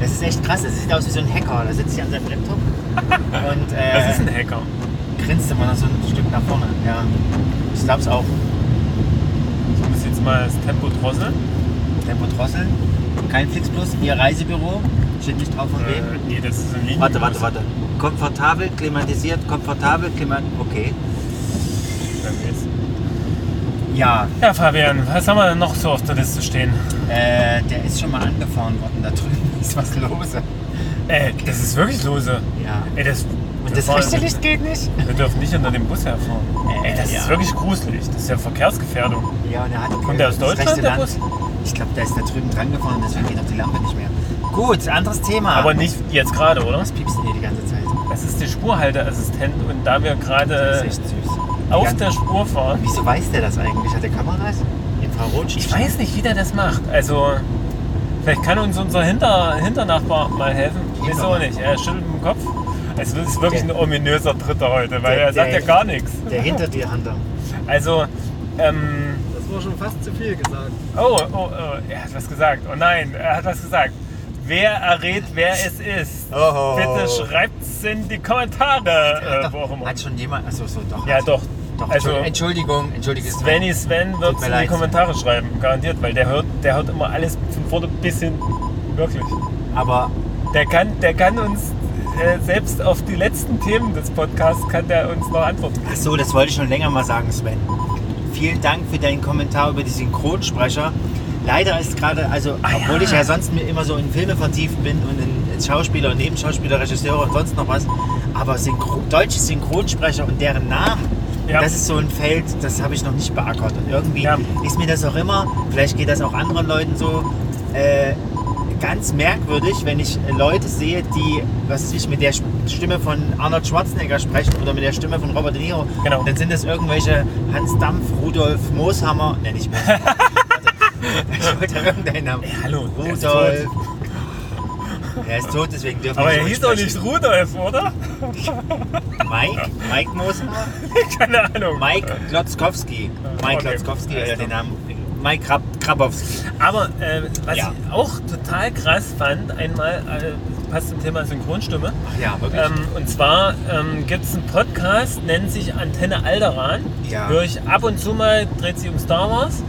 Speaker 5: Das ist echt krass, das sieht aus wie so ein Hacker. Da sitzt er an seinem Laptop [LAUGHS] und
Speaker 4: Das
Speaker 5: äh,
Speaker 4: ist ein Hacker.
Speaker 5: grinst immer noch so ein Stück nach vorne. Ja. Ich glaub's auch.
Speaker 4: Ich muss jetzt mal das Tempo
Speaker 5: Mhm.
Speaker 4: drosseln.
Speaker 5: Tempo Drossel, kein Flixbus, ihr Reisebüro, steht nicht drauf von
Speaker 4: Äh,
Speaker 5: wem.
Speaker 4: nee, das ist ein Linien.
Speaker 5: Warte, warte, warte. Komfortabel, klimatisiert, komfortabel, klimat. Okay. Ja,
Speaker 4: Ja, Fabian, was haben wir denn noch so auf der Liste stehen?
Speaker 5: äh, der ist schon mal angefahren worden. Da drüben [LAUGHS] ist was los.
Speaker 4: Äh, das ist wirklich lose.
Speaker 5: Ja.
Speaker 4: Ey, das.
Speaker 5: Und das rechte Licht geht nicht.
Speaker 4: Wir dürfen nicht unter dem Bus herfahren.
Speaker 5: Äh,
Speaker 4: Ey, das
Speaker 5: ja.
Speaker 4: ist wirklich gruselig. Das ist ja Verkehrsgefährdung.
Speaker 5: Ja, und er hat
Speaker 4: Kommt der aus
Speaker 5: das
Speaker 4: Deutschland,
Speaker 5: rechte
Speaker 4: der
Speaker 5: Land-
Speaker 4: Bus?
Speaker 5: Ich glaube, der ist da drüben dran gefahren, deswegen geht auch die Lampe nicht mehr. Gut, anderes Thema.
Speaker 4: Aber nicht jetzt gerade, oder?
Speaker 5: Was piepst denn hier die ganze Zeit?
Speaker 4: Das ist der Spurhalteassistent und da wir
Speaker 5: Das
Speaker 4: gerade
Speaker 5: ist echt süß.
Speaker 4: auf
Speaker 5: Ganz-
Speaker 4: der Spur fahren.
Speaker 5: Wieso weiß der das eigentlich? Hat der Kameras? Infrarot?
Speaker 4: Ich weiß nicht, wie der das macht. Also, vielleicht kann uns unser Hinter Hinternachbar mal helfen. Wieso
Speaker 5: Hinter-
Speaker 4: nicht. Er schüttelt mit dem Kopf. Es ist wirklich ein
Speaker 5: Der-
Speaker 4: ominöser Dritter heute, weil
Speaker 5: der-
Speaker 4: er sagt ja
Speaker 5: der-
Speaker 4: gar nichts.
Speaker 5: Der hinter dir, Hunter.
Speaker 4: Also, ähm,
Speaker 2: Das war schon fast zu viel gesagt.
Speaker 4: oh, oh, oh, er hat was gesagt. Oh nein, er hat was gesagt. Wer errät, wer es ist?
Speaker 5: Oh.
Speaker 4: Bitte schreibt's in die Kommentare. Äh, wo auch immer.
Speaker 5: Hat schon jemand. Achso, so, doch.
Speaker 4: Ja,
Speaker 5: hat-
Speaker 4: doch.
Speaker 5: doch
Speaker 4: also,
Speaker 5: Entschuldigung, Entschuldigung. es war-
Speaker 4: Svenny Sven wird
Speaker 5: Tut mir
Speaker 4: in die
Speaker 5: leid,
Speaker 4: Kommentare schreiben, garantiert, weil der hört, der hört immer alles von vorne bis hin. Wirklich.
Speaker 5: Aber
Speaker 4: Der kann, der kann uns äh, selbst auf die letzten Themen des Podcasts kann der uns noch antworten.
Speaker 5: Ach so, das wollte ich schon länger mal sagen, Sven. Vielen Dank für deinen Kommentar über die Synchronsprecher. Leider ist gerade, also
Speaker 4: Ah
Speaker 5: obwohl ich ja sonst mir immer so in Filme vertieft bin und in Schauspieler und Nebenschauspieler, Regisseure und sonst noch was, aber Synchro deutsche Synchronsprecher und deren Namen,
Speaker 4: Ja.
Speaker 5: das ist so ein Feld, das habe ich noch nicht beackert. Und irgendwie
Speaker 4: Ja.
Speaker 5: ist mir das auch immer, vielleicht geht das auch anderen Leuten so, äh, ganz merkwürdig, wenn ich Leute sehe, die, was weiß ich, mit der Stimme von Arnold Schwarzenegger sprechen oder mit der Stimme von Robert De Niro.
Speaker 4: Genau.
Speaker 5: Dann sind das irgendwelche Hans Dampf, Rudolf Mooshammer, nenne ich mich.
Speaker 4: [LAUGHS]
Speaker 5: ich wollte irgendeinen Namen.
Speaker 4: hallo, er ist
Speaker 5: Rudolf. Er ist tot, deswegen dürfen
Speaker 4: Aber
Speaker 5: wir
Speaker 4: er
Speaker 5: ihn
Speaker 4: hieß doch
Speaker 5: sprechen.
Speaker 4: nicht Rudolf, oder?
Speaker 5: Mike? Mike Mooshammer?
Speaker 4: [LAUGHS] Keine Ahnung.
Speaker 5: Mike Glotzkowski.
Speaker 4: Okay.
Speaker 5: Mike Glotzkowski, der den Namen. Mike Krab Krabowski.
Speaker 4: Aber äh, was
Speaker 5: Ja.
Speaker 4: ich auch total krass fand, einmal, äh, passt zum Thema Synchronstimme,
Speaker 5: Ach ja, wirklich.
Speaker 4: Ähm, und zwar ähm, gibt es einen Podcast, nennt sich Antenne Alderan.
Speaker 5: Ja.
Speaker 4: Höre ich ab und zu mal, dreht sich um Star Wars.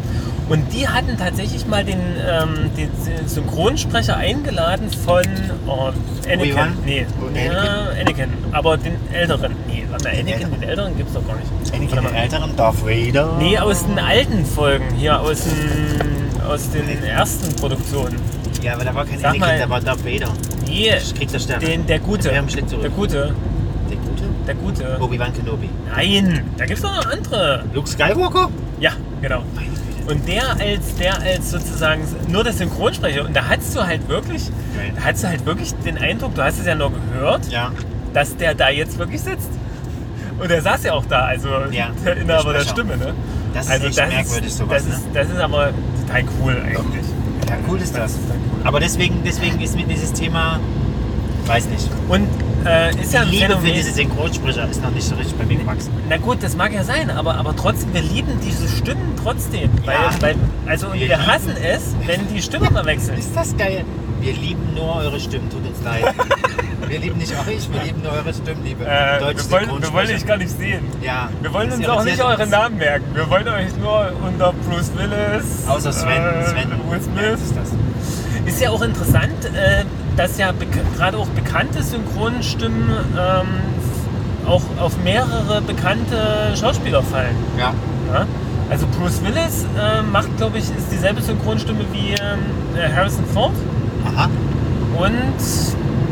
Speaker 4: Und die hatten tatsächlich mal den, ähm, den Synchronsprecher eingeladen von oh, Anakin.
Speaker 5: Obi-Wan? Oh,
Speaker 4: Nee,
Speaker 5: Anakin?
Speaker 4: Ja, Anakin. Aber den älteren. Nee, warte mal, Anakin,
Speaker 5: älteren?
Speaker 4: den älteren gibt es doch gar nicht.
Speaker 5: Einen
Speaker 4: Warte
Speaker 5: von
Speaker 4: mal.
Speaker 5: den älteren Darth Vader.
Speaker 4: Nee, aus den alten Folgen hier, aus den, aus den ersten Produktionen.
Speaker 5: Ja, aber da war kein
Speaker 4: Sag
Speaker 5: Anakin,
Speaker 4: mal-
Speaker 5: da war Darth Vader.
Speaker 4: Nee,
Speaker 5: Ich krieg das Stern.
Speaker 4: den, der Gute.
Speaker 5: Wir haben
Speaker 4: Der
Speaker 5: Schlitt zurück. Oh,
Speaker 4: Gute,
Speaker 5: Der gute?
Speaker 4: der Gute.
Speaker 5: Obi-Wan Kenobi.
Speaker 4: Nein, da gibt es doch noch andere.
Speaker 5: Luke Skywalker?
Speaker 4: Ja, genau.
Speaker 5: Meine Güte.
Speaker 4: Und der als, der als sozusagen nur der Synchronsprecher. Und da hattest du halt wirklich,
Speaker 5: Geil.
Speaker 4: da hattest du halt wirklich den Eindruck, du hast es ja nur gehört,
Speaker 5: Ja.
Speaker 4: dass der da jetzt wirklich sitzt. Und er saß ja auch da, also [LAUGHS]
Speaker 5: Ja,
Speaker 4: der Inhaber der
Speaker 5: Sprecher.
Speaker 4: Stimme, ne?
Speaker 5: Das ist echt merkwürdig,
Speaker 4: ist,
Speaker 5: sowas, ne?
Speaker 4: das, ist, das ist aber total cool eigentlich.
Speaker 5: Ja, cool ist das. Aber deswegen, deswegen ist mir dieses Thema, weiß nicht,
Speaker 4: Und äh, ist ja ein
Speaker 5: die Liebe für
Speaker 4: Phänomen.
Speaker 5: diese Synchronsprecher ist noch nicht so richtig bei mir gewachsen.
Speaker 4: Na gut, das mag ja sein, aber, aber trotzdem, wir lieben diese Stimmen trotzdem. Weil,
Speaker 5: Ja.
Speaker 4: weil, also und
Speaker 5: Wir
Speaker 4: wir
Speaker 5: lieben-
Speaker 4: hassen es, wenn die Stimme mal wechseln.
Speaker 5: Ist das geil? Wir lieben nur eure Stimmen, tut uns
Speaker 4: [LAUGHS]
Speaker 5: leid. wir lieben nicht euch, wir lieben nur eure Stimmen, liebe
Speaker 4: Äh,
Speaker 5: deutsche
Speaker 4: wir, wollen, wir wollen
Speaker 5: Synchronsprecher.
Speaker 4: euch gar nicht sehen.
Speaker 5: Ja.
Speaker 4: Wir wollen
Speaker 5: das
Speaker 4: uns auch nicht
Speaker 5: irritiert
Speaker 4: eure
Speaker 5: uns.
Speaker 4: Namen merken. Wir wollen euch nur unter Bruce Willis.
Speaker 5: Außer Sven.
Speaker 4: äh,
Speaker 5: Sven.
Speaker 4: Will
Speaker 5: Ja, das
Speaker 4: Smith.
Speaker 5: ist das.
Speaker 4: Ist ja auch interessant, äh, dass ja bek- gerade auch bekannte Synchronstimmen ähm, f- auch auf mehrere bekannte Schauspieler fallen.
Speaker 5: Ja.
Speaker 4: Ja? Also Bruce Willis äh, macht, glaube ich, ist dieselbe Synchronstimme wie ähm, äh, Harrison Ford
Speaker 5: Aha.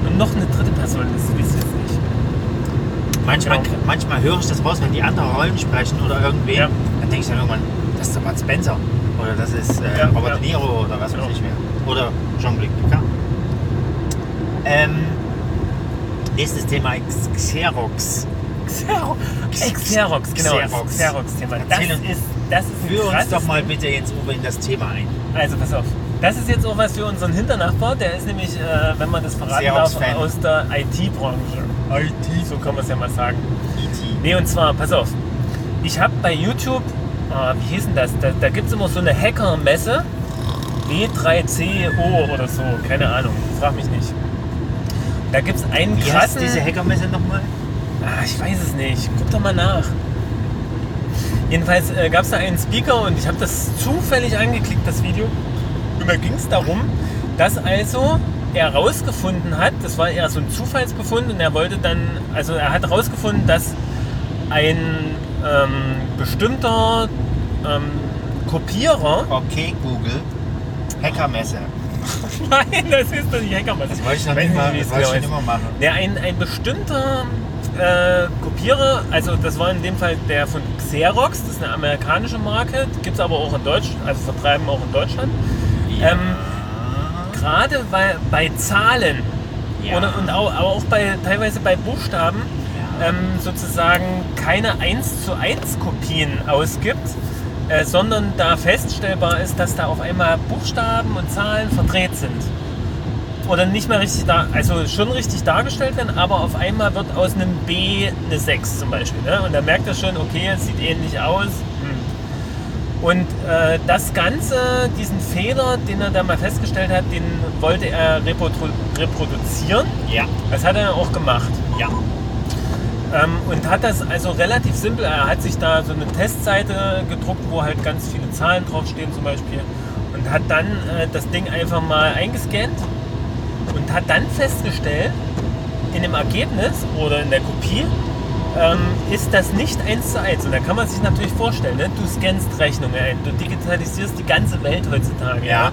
Speaker 4: und noch eine dritte Person ist, wisst ihr jetzt nicht.
Speaker 5: Manchmal,
Speaker 4: Genau.
Speaker 5: manchmal höre ich das raus, wenn die andere Rollen sprechen oder irgendwen,
Speaker 4: Ja.
Speaker 5: dann denke ich dann irgendwann, das ist der Bud Spencer oder das ist äh,
Speaker 4: Ja,
Speaker 5: Robert
Speaker 4: ja.
Speaker 5: De Niro oder was
Speaker 4: Genau.
Speaker 5: weiß ich wer. Oder Jean-Luc Picard. Ähm, nächstes Thema X- Xerox.
Speaker 4: Xerox. Ey, Xerox, genau.
Speaker 5: Xerox.
Speaker 4: Xerox. Xerox-Thema. Das
Speaker 5: Erzähl uns-
Speaker 4: ist, das ist ein
Speaker 5: Führ uns
Speaker 4: krasses-
Speaker 5: doch mal bitte jetzt Uwe in das Thema ein.
Speaker 4: Also, pass auf. Das ist jetzt auch was für unseren Hinternachbar. Der ist nämlich, äh, wenn man das verraten
Speaker 5: Xerox-Fan.
Speaker 4: darf, aus der IT-Branche. IT? So kann man es ja mal sagen.
Speaker 5: E.T.
Speaker 4: Nee, und zwar, pass auf. Ich habe bei YouTube, ah, wie hieß denn das? Da, da gibt es immer so eine Hacker-Messe. B3CO oder so. Keine Ahnung. Frag mich nicht. Da gibt es einen
Speaker 5: Wie heißt
Speaker 4: krassen...
Speaker 5: diese Hackermesse nochmal?
Speaker 4: Ah, ich weiß es nicht. Guck doch mal nach. Jedenfalls äh, gab es da einen Speaker und ich habe das zufällig angeklickt, das Video. Und da ging es darum, dass also er herausgefunden hat, das war eher so ein Zufallsbefund und er wollte dann, also er hat herausgefunden, dass ein ähm, bestimmter ähm, Kopierer.
Speaker 5: Okay, Google. Hackermesse.
Speaker 4: [LAUGHS] Nein, das ist doch nicht Hacker.
Speaker 5: Das wollte ich noch
Speaker 4: Weiß
Speaker 5: immer,
Speaker 4: nicht, wie
Speaker 5: das
Speaker 4: es
Speaker 5: wollte ich
Speaker 4: genau
Speaker 5: schon
Speaker 4: ist.
Speaker 5: immer machen.
Speaker 4: Ja, ein, ein bestimmter äh, Kopierer, also das war in dem Fall der von Xerox, das ist eine amerikanische Marke, gibt es aber auch in Deutschland, also vertreiben auch in Deutschland. Ähm, gerade bei, bei Zahlen
Speaker 5: Ja.
Speaker 4: oder, und auch, aber auch bei, teilweise bei Buchstaben
Speaker 5: Ja.
Speaker 4: ähm, sozusagen keine 1 zu 1 Kopien ausgibt, äh, sondern da feststellbar ist, dass da auf einmal Buchstaben und Zahlen verdreht sind. Oder nicht mehr richtig, da, also schon richtig dargestellt werden, aber auf einmal wird aus einem B eine 6 zum Beispiel. Ne? Und da merkt er schon, okay, es sieht ähnlich aus. Hm. Und äh, das Ganze, diesen Fehler, den er da mal festgestellt hat, den wollte er reprodu reproduzieren.
Speaker 5: Ja,
Speaker 4: Das hat er auch gemacht.
Speaker 5: ja.
Speaker 4: Ähm, und hat das also relativ simpel. Er hat sich da so eine Testseite gedruckt, wo halt ganz viele Zahlen draufstehen zum Beispiel. Und hat dann äh, das Ding einfach mal eingescannt und hat dann festgestellt, in dem Ergebnis oder in der Kopie ähm, ist das nicht eins zu eins. Und da kann man sich natürlich vorstellen, ne? du scannst Rechnungen ein, du digitalisierst die ganze Welt heutzutage.
Speaker 5: Ja.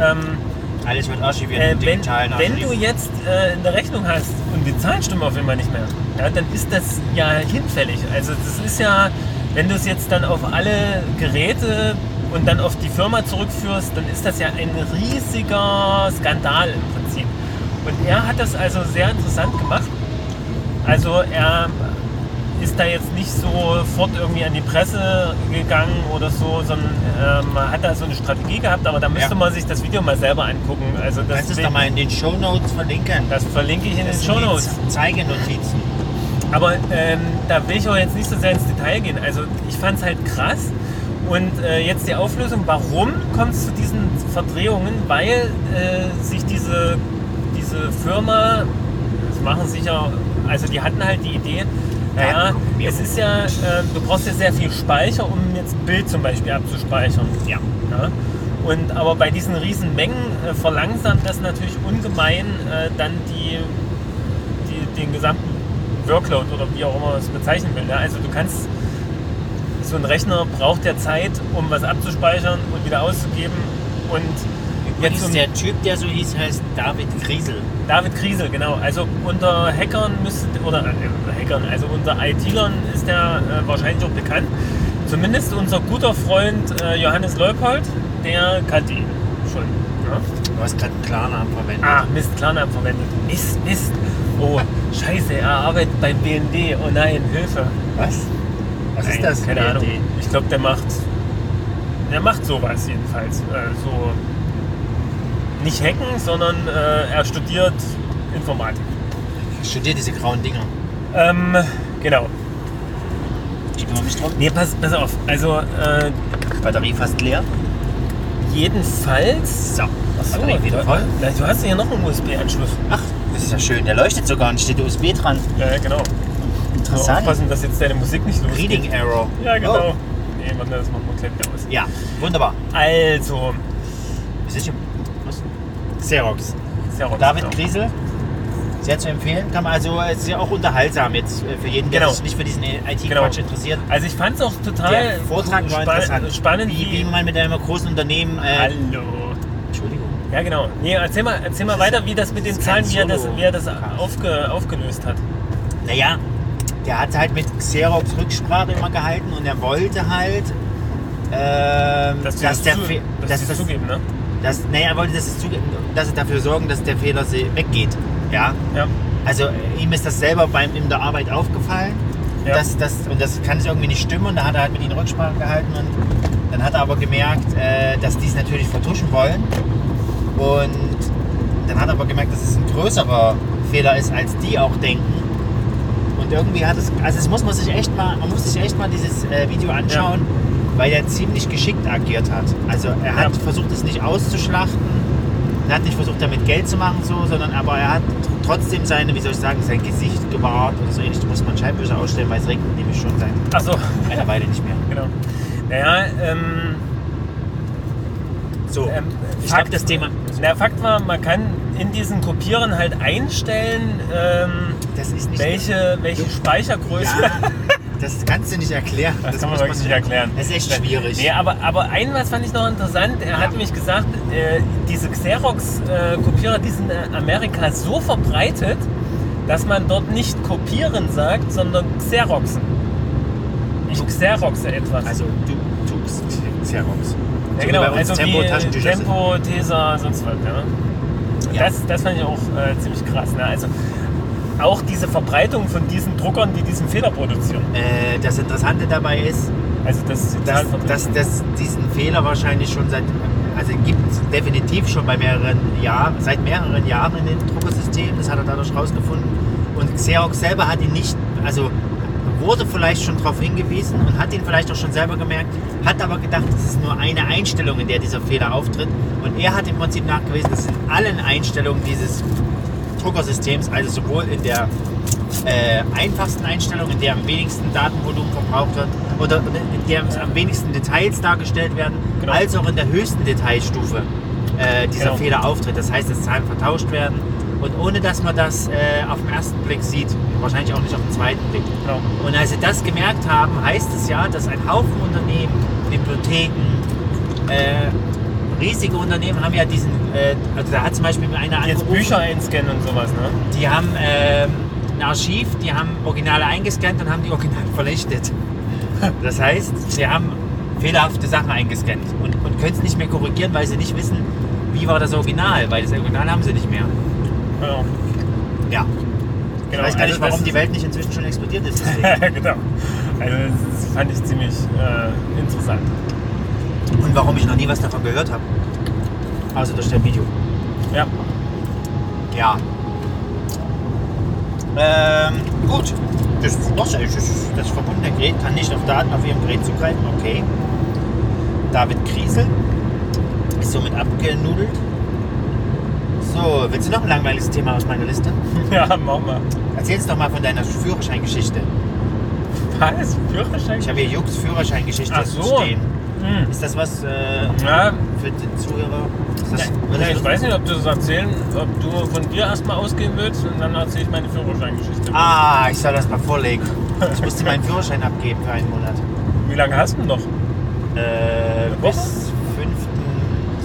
Speaker 4: Ähm,
Speaker 5: Alles wird archiviert
Speaker 4: äh,
Speaker 5: im
Speaker 4: wenn,
Speaker 5: digitalen
Speaker 4: wenn
Speaker 5: Archiv.
Speaker 4: du jetzt äh, eine Rechnung hast und die Zahlen stimmen auf einmal nicht mehr, ja, dann ist das ja hinfällig. Also das ist ja, wenn du es jetzt dann auf alle Geräte und dann auf die Firma zurückführst, dann ist das ja ein riesiger Skandal im Prinzip. Und er hat das also sehr interessant gemacht. Also er ist da jetzt nicht sofort irgendwie an die Presse gegangen oder so, sondern ähm, hat da so eine Strategie gehabt, aber da müsste
Speaker 5: Ja.
Speaker 4: man sich das Video mal selber angucken. Also das,
Speaker 5: Kannst du es
Speaker 4: will-
Speaker 5: doch mal in den Shownotes verlinken.
Speaker 4: das verlinke ich in den
Speaker 5: Das
Speaker 4: Show
Speaker 5: sind die
Speaker 4: Notes.
Speaker 5: Ze- Also Zeigenotizen.
Speaker 4: Aber ähm, da will ich auch jetzt nicht so sehr ins Detail gehen. Also ich fand es halt krass. Und äh, jetzt die Auflösung, warum kommt es zu diesen Verdrehungen? Weil äh, sich diese, diese Firma, das machen sicher, also die hatten halt die Idee, naja,
Speaker 5: Datenoptimierung.
Speaker 4: es ist ja, äh, du brauchst ja sehr viel Speicher, um jetzt ein Bild zum Beispiel abzuspeichern.
Speaker 5: Ja.
Speaker 4: Ja? Und, aber bei diesen riesen Mengen äh, verlangsamt das natürlich ungemein äh, dann die, die, den gesamten Workload oder wie auch immer man es bezeichnen will. Ne? Also du kannst, so ein Rechner braucht ja Zeit, um was abzuspeichern und wieder auszugeben. Und
Speaker 5: Jetzt
Speaker 4: jetzt
Speaker 5: ist
Speaker 4: um
Speaker 5: der Typ, der so hieß, heißt David Griesel.
Speaker 4: David Kriesel, genau. Also unter Hackern müsste, oder äh, Hackern, also unter IT-Lern ist der äh, wahrscheinlich auch bekannt. Zumindest unser guter Freund äh, Johannes Leupold, der kannte ihn schon. Ja?
Speaker 5: Du hast gerade einen Klarnamen verwendet.
Speaker 4: Ah, Mist, Klarnamen verwendet. Mist, Mist. Oh, [LAUGHS] scheiße, er arbeitet beim BND. Oh nein, Hilfe.
Speaker 5: Was? Was
Speaker 4: Nein,
Speaker 5: ist das?
Speaker 4: Keine
Speaker 5: Nee,
Speaker 4: Ahnung.
Speaker 5: die-
Speaker 4: Ich glaube, der macht. Der macht sowas jedenfalls. Äh, so nicht hacken, sondern äh, er studiert Informatik.
Speaker 5: Studier diese grauen Dinger.
Speaker 4: Ähm, genau.
Speaker 5: Ich kümmere mich drum.
Speaker 4: Nee, pass, pass auf. Also äh,
Speaker 5: Batterie fast leer.
Speaker 4: jedenfalls.
Speaker 5: So,
Speaker 4: Achso,
Speaker 5: Batterie wieder
Speaker 4: du-
Speaker 5: voll.
Speaker 4: Na, Du hast ja noch einen USB-Anschluss.
Speaker 5: Ach, das ist ja schön. Der leuchtet sogar und steht USB dran.
Speaker 4: Ja, ja, genau. Nur
Speaker 5: Interessant.
Speaker 4: aufpassen, dass jetzt deine Musik nicht losgeht.
Speaker 5: Reading Arrow.
Speaker 4: Ja, genau.
Speaker 5: Oh.
Speaker 4: Nee, warte, das machen wir gleich wieder aus.
Speaker 5: Ja, wunderbar.
Speaker 4: Also,
Speaker 5: Es ist im was? Xerox.
Speaker 4: ist ja auch
Speaker 5: David
Speaker 4: genau.
Speaker 5: Griesel. Sehr zu empfehlen. Kann man also, es ist ja auch unterhaltsam jetzt äh, für jeden, der
Speaker 4: Genau.
Speaker 5: sich nicht für diesen IT-Quatsch
Speaker 4: Genau.
Speaker 5: interessiert.
Speaker 4: Also ich fand es auch total
Speaker 5: Der Vortrag war
Speaker 4: spa-
Speaker 5: interessant.
Speaker 4: spannend.
Speaker 5: Wie, wie man mit einem großen Unternehmen. Äh,
Speaker 4: Hallo.
Speaker 5: Entschuldigung.
Speaker 4: Ja, genau. Nee, erzähl mal, erzähl mal
Speaker 5: Das ist-
Speaker 4: weiter, wie das mit den
Speaker 5: das ist
Speaker 4: Zahlen,
Speaker 5: kein
Speaker 4: wie er das,
Speaker 5: Solo.
Speaker 4: wie er das aufge, aufgelöst hat.
Speaker 5: Naja, der hat halt mit Xerox Rücksprache immer gehalten und er wollte halt, ähm,
Speaker 4: Dass
Speaker 5: dass,
Speaker 4: die das
Speaker 5: der
Speaker 4: zu-
Speaker 5: Fe-
Speaker 4: dass die
Speaker 5: dass
Speaker 4: das
Speaker 5: das,
Speaker 4: zugeben, ne?
Speaker 5: dass, naja, er wollte, dass, es zuge- dass sie dafür sorgen, dass der Fehler se- weggeht. Ja,
Speaker 4: Ja.
Speaker 5: also äh, ihm ist das selber beim, in der Arbeit aufgefallen.
Speaker 4: Ja.
Speaker 5: Dass, dass, und das kann es irgendwie nicht stimmen. Und da hat er halt mit ihnen Rücksprache gehalten. Und dann hat er aber gemerkt, äh, dass die es natürlich vertuschen wollen. Und dann hat er aber gemerkt, dass es ein größerer Fehler ist, als die auch denken. Und irgendwie hat es, also es muss man sich echt mal, man muss sich echt mal dieses äh, Video anschauen, weil er ziemlich geschickt agiert hat. Also er hat
Speaker 4: Ja.
Speaker 5: versucht, es nicht auszuschlachten. Er hat nicht versucht, damit Geld zu machen, so, sondern aber er hat trotzdem seine, wie soll ich sagen, sein Gesicht gewahrt und so ähnlich. Da muss man Scheibenwischer ausstellen, weil es regnet nämlich schon seit
Speaker 4: Achso,
Speaker 5: einer Weile nicht mehr.
Speaker 4: [LAUGHS] genau. Naja, ähm,
Speaker 5: So,
Speaker 4: Ähm,
Speaker 5: ich
Speaker 4: Fakt-
Speaker 5: habe das Thema.
Speaker 4: der Fakt war, man kann in diesen Kopieren halt einstellen, ähm,
Speaker 5: Das ist nicht.
Speaker 4: welche, welche Speichergröße.
Speaker 5: Ja, das kannst du nicht erklären.
Speaker 4: Das, kann man
Speaker 5: muss
Speaker 4: wirklich
Speaker 5: sich-
Speaker 4: nicht erklären.
Speaker 5: Das ist echt schwierig.
Speaker 4: Nee, aber, aber ein was fand ich noch interessant. Er hat nämlich gesagt, äh, diese Xerox-Kopierer, die sind in Amerika so verbreitet, dass man dort nicht kopieren sagt, sondern Xeroxen. Ich Xeroxe etwas.
Speaker 5: Also, du tust Xerox. Also, So
Speaker 4: Ja,
Speaker 5: wie
Speaker 4: genau,
Speaker 5: bei uns
Speaker 4: also
Speaker 5: Tempo,
Speaker 4: wie
Speaker 5: Taschentücher sind.
Speaker 4: Tempo, Tesa, sonst was. Ja.
Speaker 5: Ja.
Speaker 4: Das, das fand ich auch äh, ziemlich krass. Ne? Also auch diese Verbreitung von diesen Druckern, die diesen Fehler produzieren.
Speaker 5: Äh, das Interessante dabei ist,
Speaker 4: Also das
Speaker 5: dass,
Speaker 4: Sozialverträge.
Speaker 5: dass, dass diesen Fehler wahrscheinlich schon seit, also gibt es definitiv schon bei mehreren Jahren, seit mehreren Jahren in dem Druckersystem, das hat er dadurch rausgefunden. Und Xerox selber hat ihn nicht, also wurde vielleicht schon darauf hingewiesen und hat ihn vielleicht auch schon selber gemerkt, hat aber gedacht, das ist nur eine Einstellung, in der dieser Fehler auftritt. Und er hat im Prinzip nachgewiesen, dass in allen Einstellungen dieses Druckersystems, also sowohl in der äh, einfachsten Einstellung, in der am wenigsten Datenvolumen verbraucht wird oder in der am wenigsten Details dargestellt werden,
Speaker 4: Genau.
Speaker 5: als auch in der höchsten Detailstufe äh, dieser
Speaker 4: Genau.
Speaker 5: Fehler auftritt. Das heißt, dass Zahlen vertauscht werden und ohne dass man das äh, auf den ersten Blick sieht, wahrscheinlich auch nicht auf den zweiten Blick.
Speaker 4: Genau.
Speaker 5: Und als sie das gemerkt haben, heißt es ja, dass ein Haufen Unternehmen, Bibliotheken, äh, riesige Unternehmen haben ja diesen, äh, also da hat zum Beispiel einer
Speaker 4: Jetzt
Speaker 5: angerufen,
Speaker 4: Bücher einscannen und sowas. Ne?
Speaker 5: die haben ähm, ein Archiv, die haben Originale eingescannt und haben die Originale [LAUGHS] vernichtet. Das heißt, sie haben fehlerhafte Sachen eingescannt und, und können es nicht mehr korrigieren, weil sie nicht wissen, wie war das Original, weil das Original haben sie nicht mehr.
Speaker 4: Genau.
Speaker 5: Ja. Ich
Speaker 4: Genau,
Speaker 5: weiß
Speaker 4: also
Speaker 5: gar nicht,
Speaker 4: das
Speaker 5: warum
Speaker 4: ist-
Speaker 5: die Welt nicht inzwischen schon explodiert [LAUGHS] ist. deswegen.
Speaker 4: Ja, [LAUGHS] genau. Also das fand ich ziemlich äh, interessant.
Speaker 5: und warum ich noch nie was davon gehört habe. Also durch das Video.
Speaker 4: Ja. [LAUGHS]
Speaker 5: Ja. Ähm, gut. Das, das, das, das verbundene Gerät kann nicht auf Daten auf Ihrem Gerät zugreifen. Okay. David Kriesel ist somit abgenudelt. So, willst du noch ein langweiliges Thema aus meiner Liste?
Speaker 4: Ja, machen wir.
Speaker 5: Erzähl uns doch mal von deiner Führerscheingeschichte.
Speaker 4: Was? Führerschein?
Speaker 5: Ich habe hier Jux Führerscheingeschichte
Speaker 4: Ach so.
Speaker 5: stehen.
Speaker 4: Hm.
Speaker 5: Ist das was äh,
Speaker 4: Ja,
Speaker 5: für den Zuhörer? Ist das, wird
Speaker 4: ja,
Speaker 5: das-
Speaker 4: also, ich weiß nicht, ob du das erzählen, ob du von dir erstmal ausgehen willst und dann erzähle ich meine Führerscheingeschichte.
Speaker 5: Ah, ich soll das mal vorlegen. Ich musste meinen Führerschein abgeben für einen Monat.
Speaker 4: Wie lange hast du denn noch?
Speaker 5: Äh,
Speaker 4: Eine Woche?
Speaker 5: bis 5.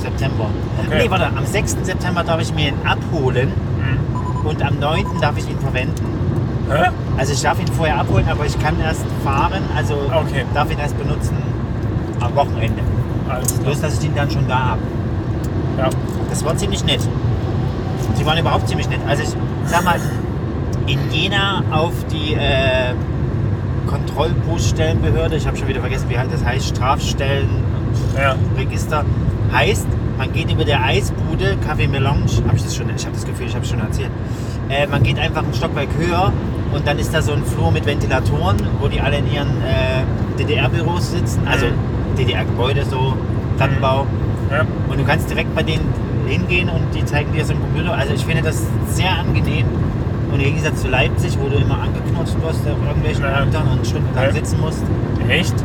Speaker 5: September.
Speaker 4: Okay.
Speaker 5: Nee, warte, am 6. September darf ich mir ihn abholen
Speaker 4: Hm.
Speaker 5: und am 9. darf ich ihn verwenden.
Speaker 4: Hä?
Speaker 5: Also ich darf ihn vorher abholen, aber ich kann erst fahren, also
Speaker 4: Okay.
Speaker 5: darf ihn erst benutzen am Wochenende.
Speaker 4: Alles klar.
Speaker 5: Bloß, dass ich ihn dann schon da habe.
Speaker 4: Ja.
Speaker 5: Das war ziemlich nett. Sie waren überhaupt ziemlich nett. Also ich sag mal, in Jena auf die äh, Kontrollpoststellenbehörde, ich habe schon wieder vergessen, wie das heißt, Strafstellen
Speaker 4: ja.
Speaker 5: Register heißt, man geht über der Eisbude, Café Melange, habe ich das schon, ich habe das Gefühl, ich habe schon erzählt. Äh, man geht einfach ein Stockwerk höher und dann ist da so ein Flur mit Ventilatoren, wo die alle in ihren äh, DDR-Büros sitzen, also
Speaker 4: Mhm.
Speaker 5: DDR-Gebäude so, Plattenbau.
Speaker 4: ja.
Speaker 5: Und du kannst direkt bei denen hingehen und die zeigen dir so ein Computer. Also ich finde das sehr angenehm. Und im Gegensatz zu Leipzig, wo du immer angeknurzt wirst auf irgendwelchen
Speaker 4: Ja.
Speaker 5: Ämtern und stundenlang
Speaker 4: Ja.
Speaker 5: sitzen musst.
Speaker 4: Echt?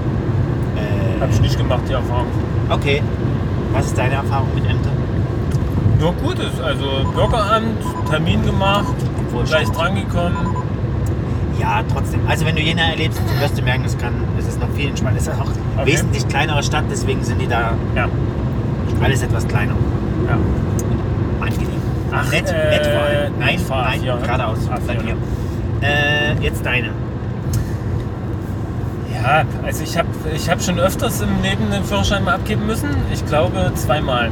Speaker 4: Hab ich
Speaker 5: Äh,
Speaker 4: nicht gemacht, die Erfahrung.
Speaker 5: okay. Was ist deine Erfahrung mit Ämtern?
Speaker 4: Nur Gutes, also Bürgeramt, Termin gemacht, gleich drangekommen.
Speaker 5: Ja, trotzdem. Also wenn du Jena erlebst, dann wirst du merken, es kann, es ist noch viel entspannter. Es ist auch eine
Speaker 4: Okay.
Speaker 5: wesentlich kleinere Stadt, deswegen sind die da
Speaker 4: Ja.
Speaker 5: alles etwas kleiner.
Speaker 4: ja.
Speaker 5: Angenehm.
Speaker 4: Ach,
Speaker 5: nett,
Speaker 4: äh,
Speaker 5: nett vor allem. Nein,
Speaker 4: nicht vor
Speaker 5: nein,
Speaker 4: A4, ne?
Speaker 5: geradeaus.
Speaker 4: A4,
Speaker 5: bei mir.
Speaker 4: ne?
Speaker 5: Äh, jetzt deine.
Speaker 4: Ja, also ich habe ich hab schon öfters im Leben den Führerschein mal abgeben müssen. Ich glaube zweimal.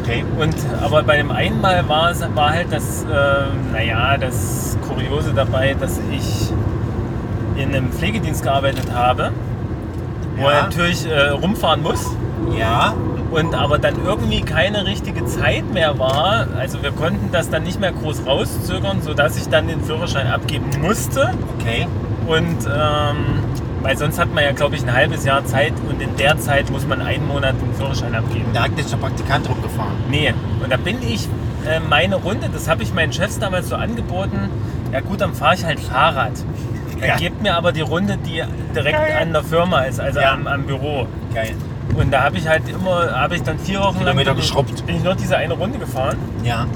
Speaker 5: Okay.
Speaker 4: Und aber bei dem einen Mal war es war halt das, äh, naja, das Kuriose dabei, dass ich in einem Pflegedienst gearbeitet habe, wo man
Speaker 5: Ja.
Speaker 4: natürlich äh, rumfahren muss.
Speaker 5: Ja.
Speaker 4: Und aber dann irgendwie keine richtige Zeit mehr war. Also wir konnten das dann nicht mehr groß rauszögern, sodass ich dann den Führerschein abgeben musste.
Speaker 5: Okay.
Speaker 4: Und ähm, weil sonst hat man ja, glaube ich, ein halbes Jahr Zeit und in der Zeit muss man einen Monat den Führerschein abgeben.
Speaker 5: Da hat jetzt schon Praktikant rumgefahren.
Speaker 4: Nee, und da bin ich äh, meine Runde, das habe ich meinen Chefs damals so angeboten. Ja gut, dann fahre ich halt Fahrrad. Er
Speaker 5: Ja.
Speaker 4: gibt mir aber die Runde, die direkt
Speaker 5: Geil.
Speaker 4: an der Firma ist, also
Speaker 5: Ja.
Speaker 4: am, am Büro.
Speaker 5: Geil.
Speaker 4: Und da habe ich halt immer, habe ich dann vier Wochen lang
Speaker 5: Kilometer
Speaker 4: bin ich-
Speaker 5: geschrubbt.
Speaker 4: bin ich nur diese eine Runde gefahren
Speaker 5: Ja.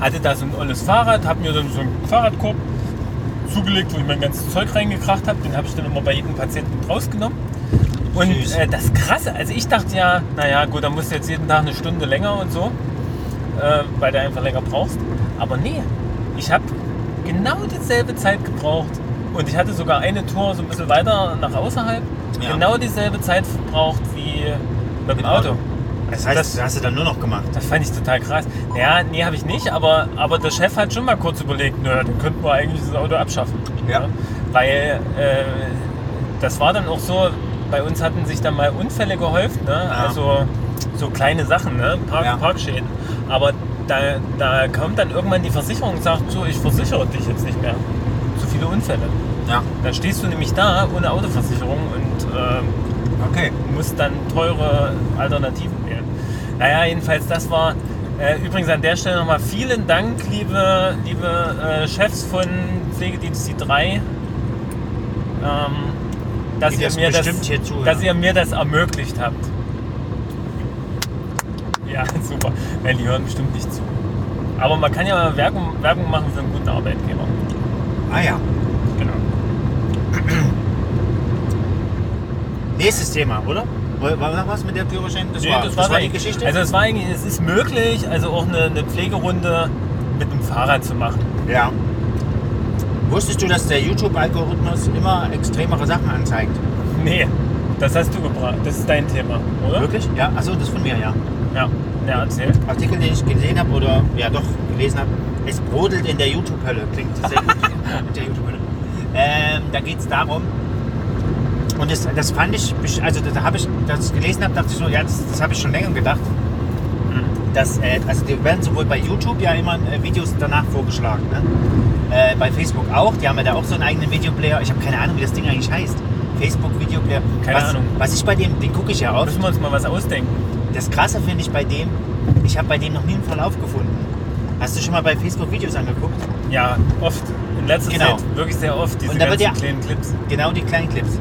Speaker 4: hatte da so ein olles Fahrrad, habe mir dann so einen Fahrradkorb zugelegt, wo ich mein ganzes Zeug reingekracht habe. Den habe ich dann immer bei jedem Patienten rausgenommen. Und
Speaker 5: Süß.
Speaker 4: äh, das Krasse, also ich dachte ja, naja gut, dann musst du jetzt jeden Tag eine Stunde länger und so, äh, weil du einfach länger brauchst. Aber nee, ich habe genau dieselbe Zeit gebraucht. Und ich hatte sogar eine Tour so ein bisschen weiter nach außerhalb,
Speaker 5: Ja.
Speaker 4: genau dieselbe Zeit verbraucht wie Mit dem Auto.
Speaker 5: Das heißt,
Speaker 4: Das-
Speaker 5: das hast du dann nur noch gemacht.
Speaker 4: Das fand ich total krass. Naja, nee, habe ich nicht, aber, aber der Chef hat schon mal kurz überlegt, naja, dann könnten wir eigentlich das Auto abschaffen. ne?
Speaker 2: Ja.
Speaker 4: Weil äh, das war dann auch so, bei uns hatten sich dann mal Unfälle gehäuft, ne? also so kleine Sachen, ne? Park,
Speaker 5: Ja.
Speaker 4: Parkschäden. Aber da, da kommt dann irgendwann die Versicherung und sagt so, ich versichere dich jetzt nicht mehr. Zu viele Unfälle.
Speaker 5: Ja,
Speaker 4: Dann stehst du nämlich da ohne Autoversicherung und ähm,
Speaker 5: okay.
Speaker 4: muss dann teure Alternativen wählen. Naja, jedenfalls, das war äh, übrigens an der Stelle nochmal vielen Dank, liebe, liebe äh, Chefs von Pflegedienst D3, ähm, dass,
Speaker 5: Die
Speaker 4: ihr
Speaker 5: das
Speaker 4: mir das,
Speaker 5: bestimmt hier zuhören.
Speaker 4: dass ihr mir das ermöglicht habt. Ja, [LAUGHS] super. Nein, die hören bestimmt nicht zu. Aber man kann ja mal Werbung, Werbung machen für einen guten Arbeitgeber.
Speaker 5: Ah ja.
Speaker 4: Genau.
Speaker 5: [CLEARS THROAT] Nächstes Thema, oder? War, war was mit der Führerschein? Das,
Speaker 4: Nee,
Speaker 5: war,
Speaker 4: das
Speaker 5: war die
Speaker 4: eigentlich-
Speaker 5: Geschichte?
Speaker 4: Also es war eigentlich, es ist möglich, also auch eine, eine Pflegerunde mit dem Fahrrad zu machen.
Speaker 5: ja. Wusstest du, dass der YouTube-Algorithmus immer extremere Sachen anzeigt?
Speaker 4: Nee, das hast du gebracht. Das ist dein Thema, oder?
Speaker 5: Wirklich? Ja, achso, das von mir, ja.
Speaker 4: Ja. Ja, erzähl.
Speaker 5: Artikel, den ich gesehen habe oder ja doch gelesen habe, es brodelt in der YouTube-Hölle. Klingt sehr
Speaker 4: [LAUGHS]
Speaker 5: gut. in der YouTube-Hölle. Ähm, da geht es darum. Und das, das fand ich, besch- also da habe ich das gelesen habe, dachte ich so, ja, das, das habe ich schon länger gedacht. Dass, äh, also die werden sowohl bei YouTube ja immer äh, Videos danach vorgeschlagen, ne? äh, bei Facebook auch. Die haben ja da auch so einen eigenen Videoplayer. Ich habe keine Ahnung, wie das Ding eigentlich heißt. Facebook Videoplayer.
Speaker 4: Keine
Speaker 5: was,
Speaker 4: Ahnung.
Speaker 5: Was ich bei dem, den gucke ich ja oft.
Speaker 4: Müssen wir uns mal was ausdenken.
Speaker 5: Das Krasse finde ich bei dem, ich habe bei dem noch nie einen Verlauf gefunden. Hast du schon mal bei Facebook Videos angeguckt?
Speaker 4: Ja, oft. In letzter
Speaker 5: Genau.
Speaker 4: Zeit wirklich sehr oft, diese
Speaker 5: Und da wird
Speaker 4: ganzen
Speaker 5: ja-
Speaker 4: kleinen Clips.
Speaker 5: Genau die kleinen Clips.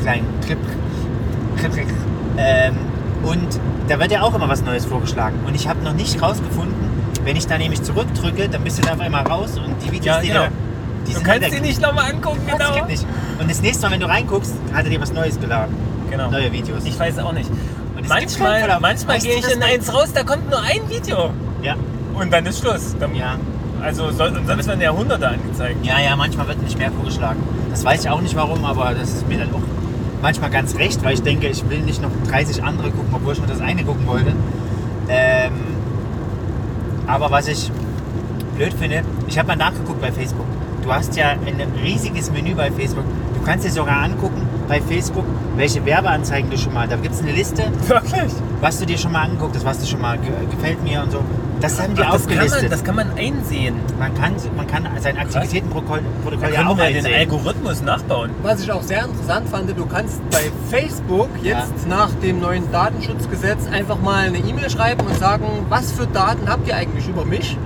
Speaker 5: Kleinen Clip. Clip, Clip. Ähm, und da wird ja auch immer was Neues vorgeschlagen. Und ich habe noch nicht rausgefunden, wenn ich da nämlich zurückdrücke, dann bist du da auf einmal raus und die Videos,
Speaker 4: Ja,
Speaker 5: die
Speaker 4: genau.
Speaker 5: da. Die
Speaker 4: Du
Speaker 5: sind
Speaker 4: kannst
Speaker 5: weg.
Speaker 4: die nicht nochmal angucken,
Speaker 5: Ja, Das
Speaker 4: genau.
Speaker 5: geht nicht. Und das nächste Mal, wenn du reinguckst, hat er dir was Neues geladen.
Speaker 4: Genau.
Speaker 5: Neue Videos.
Speaker 4: Ich weiß auch nicht.
Speaker 5: Und es gibt keinen
Speaker 4: manchmal
Speaker 5: Verlauf.
Speaker 4: manchmal
Speaker 5: Weißt
Speaker 4: gehe
Speaker 5: du
Speaker 4: ich
Speaker 5: das
Speaker 4: in
Speaker 5: bei-
Speaker 4: eins raus, da kommt nur ein Video.
Speaker 5: ja.
Speaker 4: Und dann ist Schluss. Dann,
Speaker 5: Ja.
Speaker 4: Also soll, und sonst werden ja Hunderte angezeigt.
Speaker 5: Ja, ja, manchmal wird nicht mehr vorgeschlagen. Das weiß ich auch nicht warum, aber das ist mir dann auch manchmal ganz recht, weil ich denke, ich will nicht noch 30 andere gucken, obwohl ich nur das eine gucken wollte. Ähm, aber was ich blöd finde, ich habe mal nachgeguckt bei Facebook. Du hast ja ein riesiges Menü bei Facebook. Du kannst dir sogar angucken bei Facebook, welche Werbeanzeigen du schon mal. Da gibt es eine Liste,
Speaker 4: Wirklich?
Speaker 5: was du dir schon mal angeguckt hast, was du schon mal ge gefällt mir und so. Das haben die
Speaker 4: Ach, das, kann man,
Speaker 5: aufgelistet.
Speaker 4: das kann man einsehen.
Speaker 5: man, kann, man kann sein Aktivitätenprotokoll
Speaker 4: Da
Speaker 5: Protokoll ja
Speaker 4: können
Speaker 5: auch
Speaker 4: wir den
Speaker 5: einsehen.
Speaker 4: Algorithmus nachbauen.
Speaker 2: Was ich auch sehr interessant fand, du kannst bei Facebook jetzt nach dem neuen Datenschutzgesetz einfach mal eine E-Mail schreiben und sagen, was für Daten habt ihr eigentlich über mich?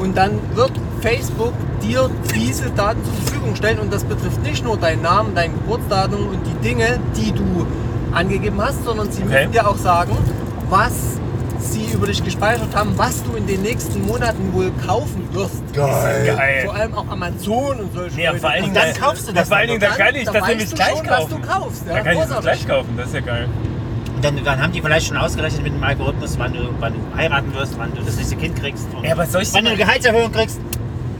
Speaker 2: Und dann wird Facebook dir diese Daten zur Verfügung stellen und das betrifft nicht nur deinen Namen, dein Geburtsdatum und die Dinge, die du angegeben hast, sondern sie
Speaker 4: Okay.
Speaker 2: müssen dir auch sagen, was sie über dich gespeichert haben, was du in den nächsten Monaten wohl kaufen wirst.
Speaker 4: Geil.
Speaker 2: Vor allem auch Amazon und solche
Speaker 4: Ja,
Speaker 2: Leute.
Speaker 4: vor allen Dingen,
Speaker 5: Und dann
Speaker 4: da-
Speaker 5: kaufst du das
Speaker 4: Vor allen Dingen,
Speaker 5: dann
Speaker 4: da kann ich
Speaker 2: da
Speaker 4: das
Speaker 2: weißt
Speaker 4: nämlich
Speaker 2: du
Speaker 4: gleich
Speaker 2: schon, was
Speaker 4: kaufen.
Speaker 2: du kaufst, ja,
Speaker 4: Da kann ich das
Speaker 2: großartig.
Speaker 4: gleich kaufen, das ist ja geil.
Speaker 5: Und dann, dann haben die vielleicht schon ausgerechnet mit dem Algorithmus, wann du, wann du heiraten wirst, wann du das nächste Kind kriegst. Und
Speaker 4: Ja, aber soll ich
Speaker 5: wann du eine
Speaker 4: dir mal-
Speaker 5: Gehaltserhöhung kriegst.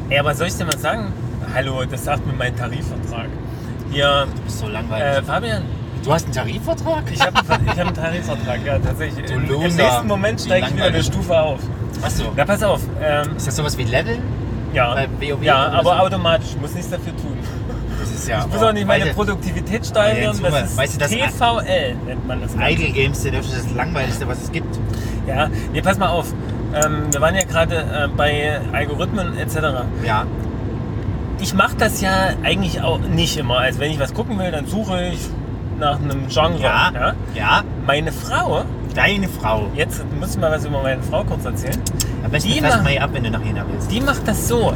Speaker 4: Ey, aber soll ich dir mal sagen? Hallo, das sagt mir mein Tarifvertrag. Hier,
Speaker 5: Du bist so
Speaker 4: äh,
Speaker 5: langweilig.
Speaker 4: Fabian,
Speaker 5: Äh, du hast einen Tarifvertrag?
Speaker 4: ich
Speaker 5: [LAUGHS]
Speaker 4: habe ich hab einen Tarifvertrag, ja, tatsächlich.
Speaker 5: Du
Speaker 4: Im,
Speaker 5: Loser.
Speaker 4: Im nächsten Moment steige ich wieder eine
Speaker 5: Langweilig.
Speaker 4: Stufe auf.
Speaker 5: Achso.
Speaker 4: Na, pass auf. Ähm,
Speaker 5: Ist das sowas wie Level?
Speaker 4: ja,
Speaker 5: Bei WoW
Speaker 4: ja,
Speaker 5: oder
Speaker 4: aber
Speaker 5: so?
Speaker 4: automatisch, muss nichts dafür tun.
Speaker 5: Das ist ja.
Speaker 4: Ich muss auch nicht meine
Speaker 5: Produkte.
Speaker 4: Produktivität
Speaker 5: Ah,
Speaker 4: steigern,
Speaker 5: jetzt,
Speaker 4: das
Speaker 5: Uwe,
Speaker 4: ist
Speaker 5: weißt du, das-
Speaker 4: TVL, nennt man das. Ganze.
Speaker 5: Idle Games sind das, ist das langweiligste, was es gibt.
Speaker 4: Ja, nee, pass mal auf. Ähm, wir waren ja gerade äh, bei Algorithmen etc.
Speaker 5: Ja.
Speaker 4: Ich mache das ja eigentlich auch nicht immer. Also wenn ich was gucken will, dann suche ich nach einem Genre.
Speaker 5: Ja. Ja.
Speaker 4: Meine Frau,
Speaker 5: Deine Frau.
Speaker 4: jetzt muss ich mal was über meine Frau kurz erzählen,
Speaker 5: Am besten
Speaker 4: Die
Speaker 5: fass
Speaker 4: machen-
Speaker 5: mal ihr ab, wenn du nach Jena willst.
Speaker 4: die macht das so.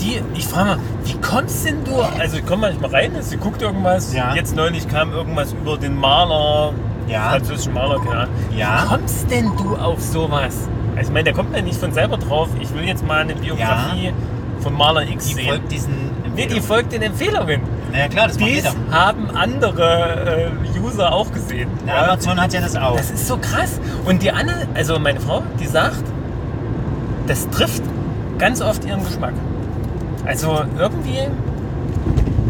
Speaker 4: Die, ich frage mal, wie kommst denn du? Also ich komme manchmal rein, sie guckt irgendwas.
Speaker 5: Ja.
Speaker 4: Jetzt neulich kam irgendwas über den Maler,
Speaker 5: Ja.
Speaker 4: französischen Maler, keine Ahnung.
Speaker 5: Ja.
Speaker 4: Wie kommst denn du auf sowas? Also ich meine, der kommt ja nicht von selber drauf. Ich will jetzt mal eine Biografie von Maler X
Speaker 5: Die
Speaker 4: sehen.
Speaker 5: folgt diesen.
Speaker 4: Nee, die
Speaker 5: Empfehlungen.
Speaker 4: folgt den Empfehlungen.
Speaker 5: Naja, klar, das macht
Speaker 4: Dies
Speaker 5: jeder.
Speaker 4: haben andere äh, User auch gesehen.
Speaker 5: Na, Amazon hat ja das auch.
Speaker 4: Das ist so krass. Und die Anne, also meine Frau, die sagt, das trifft ganz oft ihren Geschmack. Also irgendwie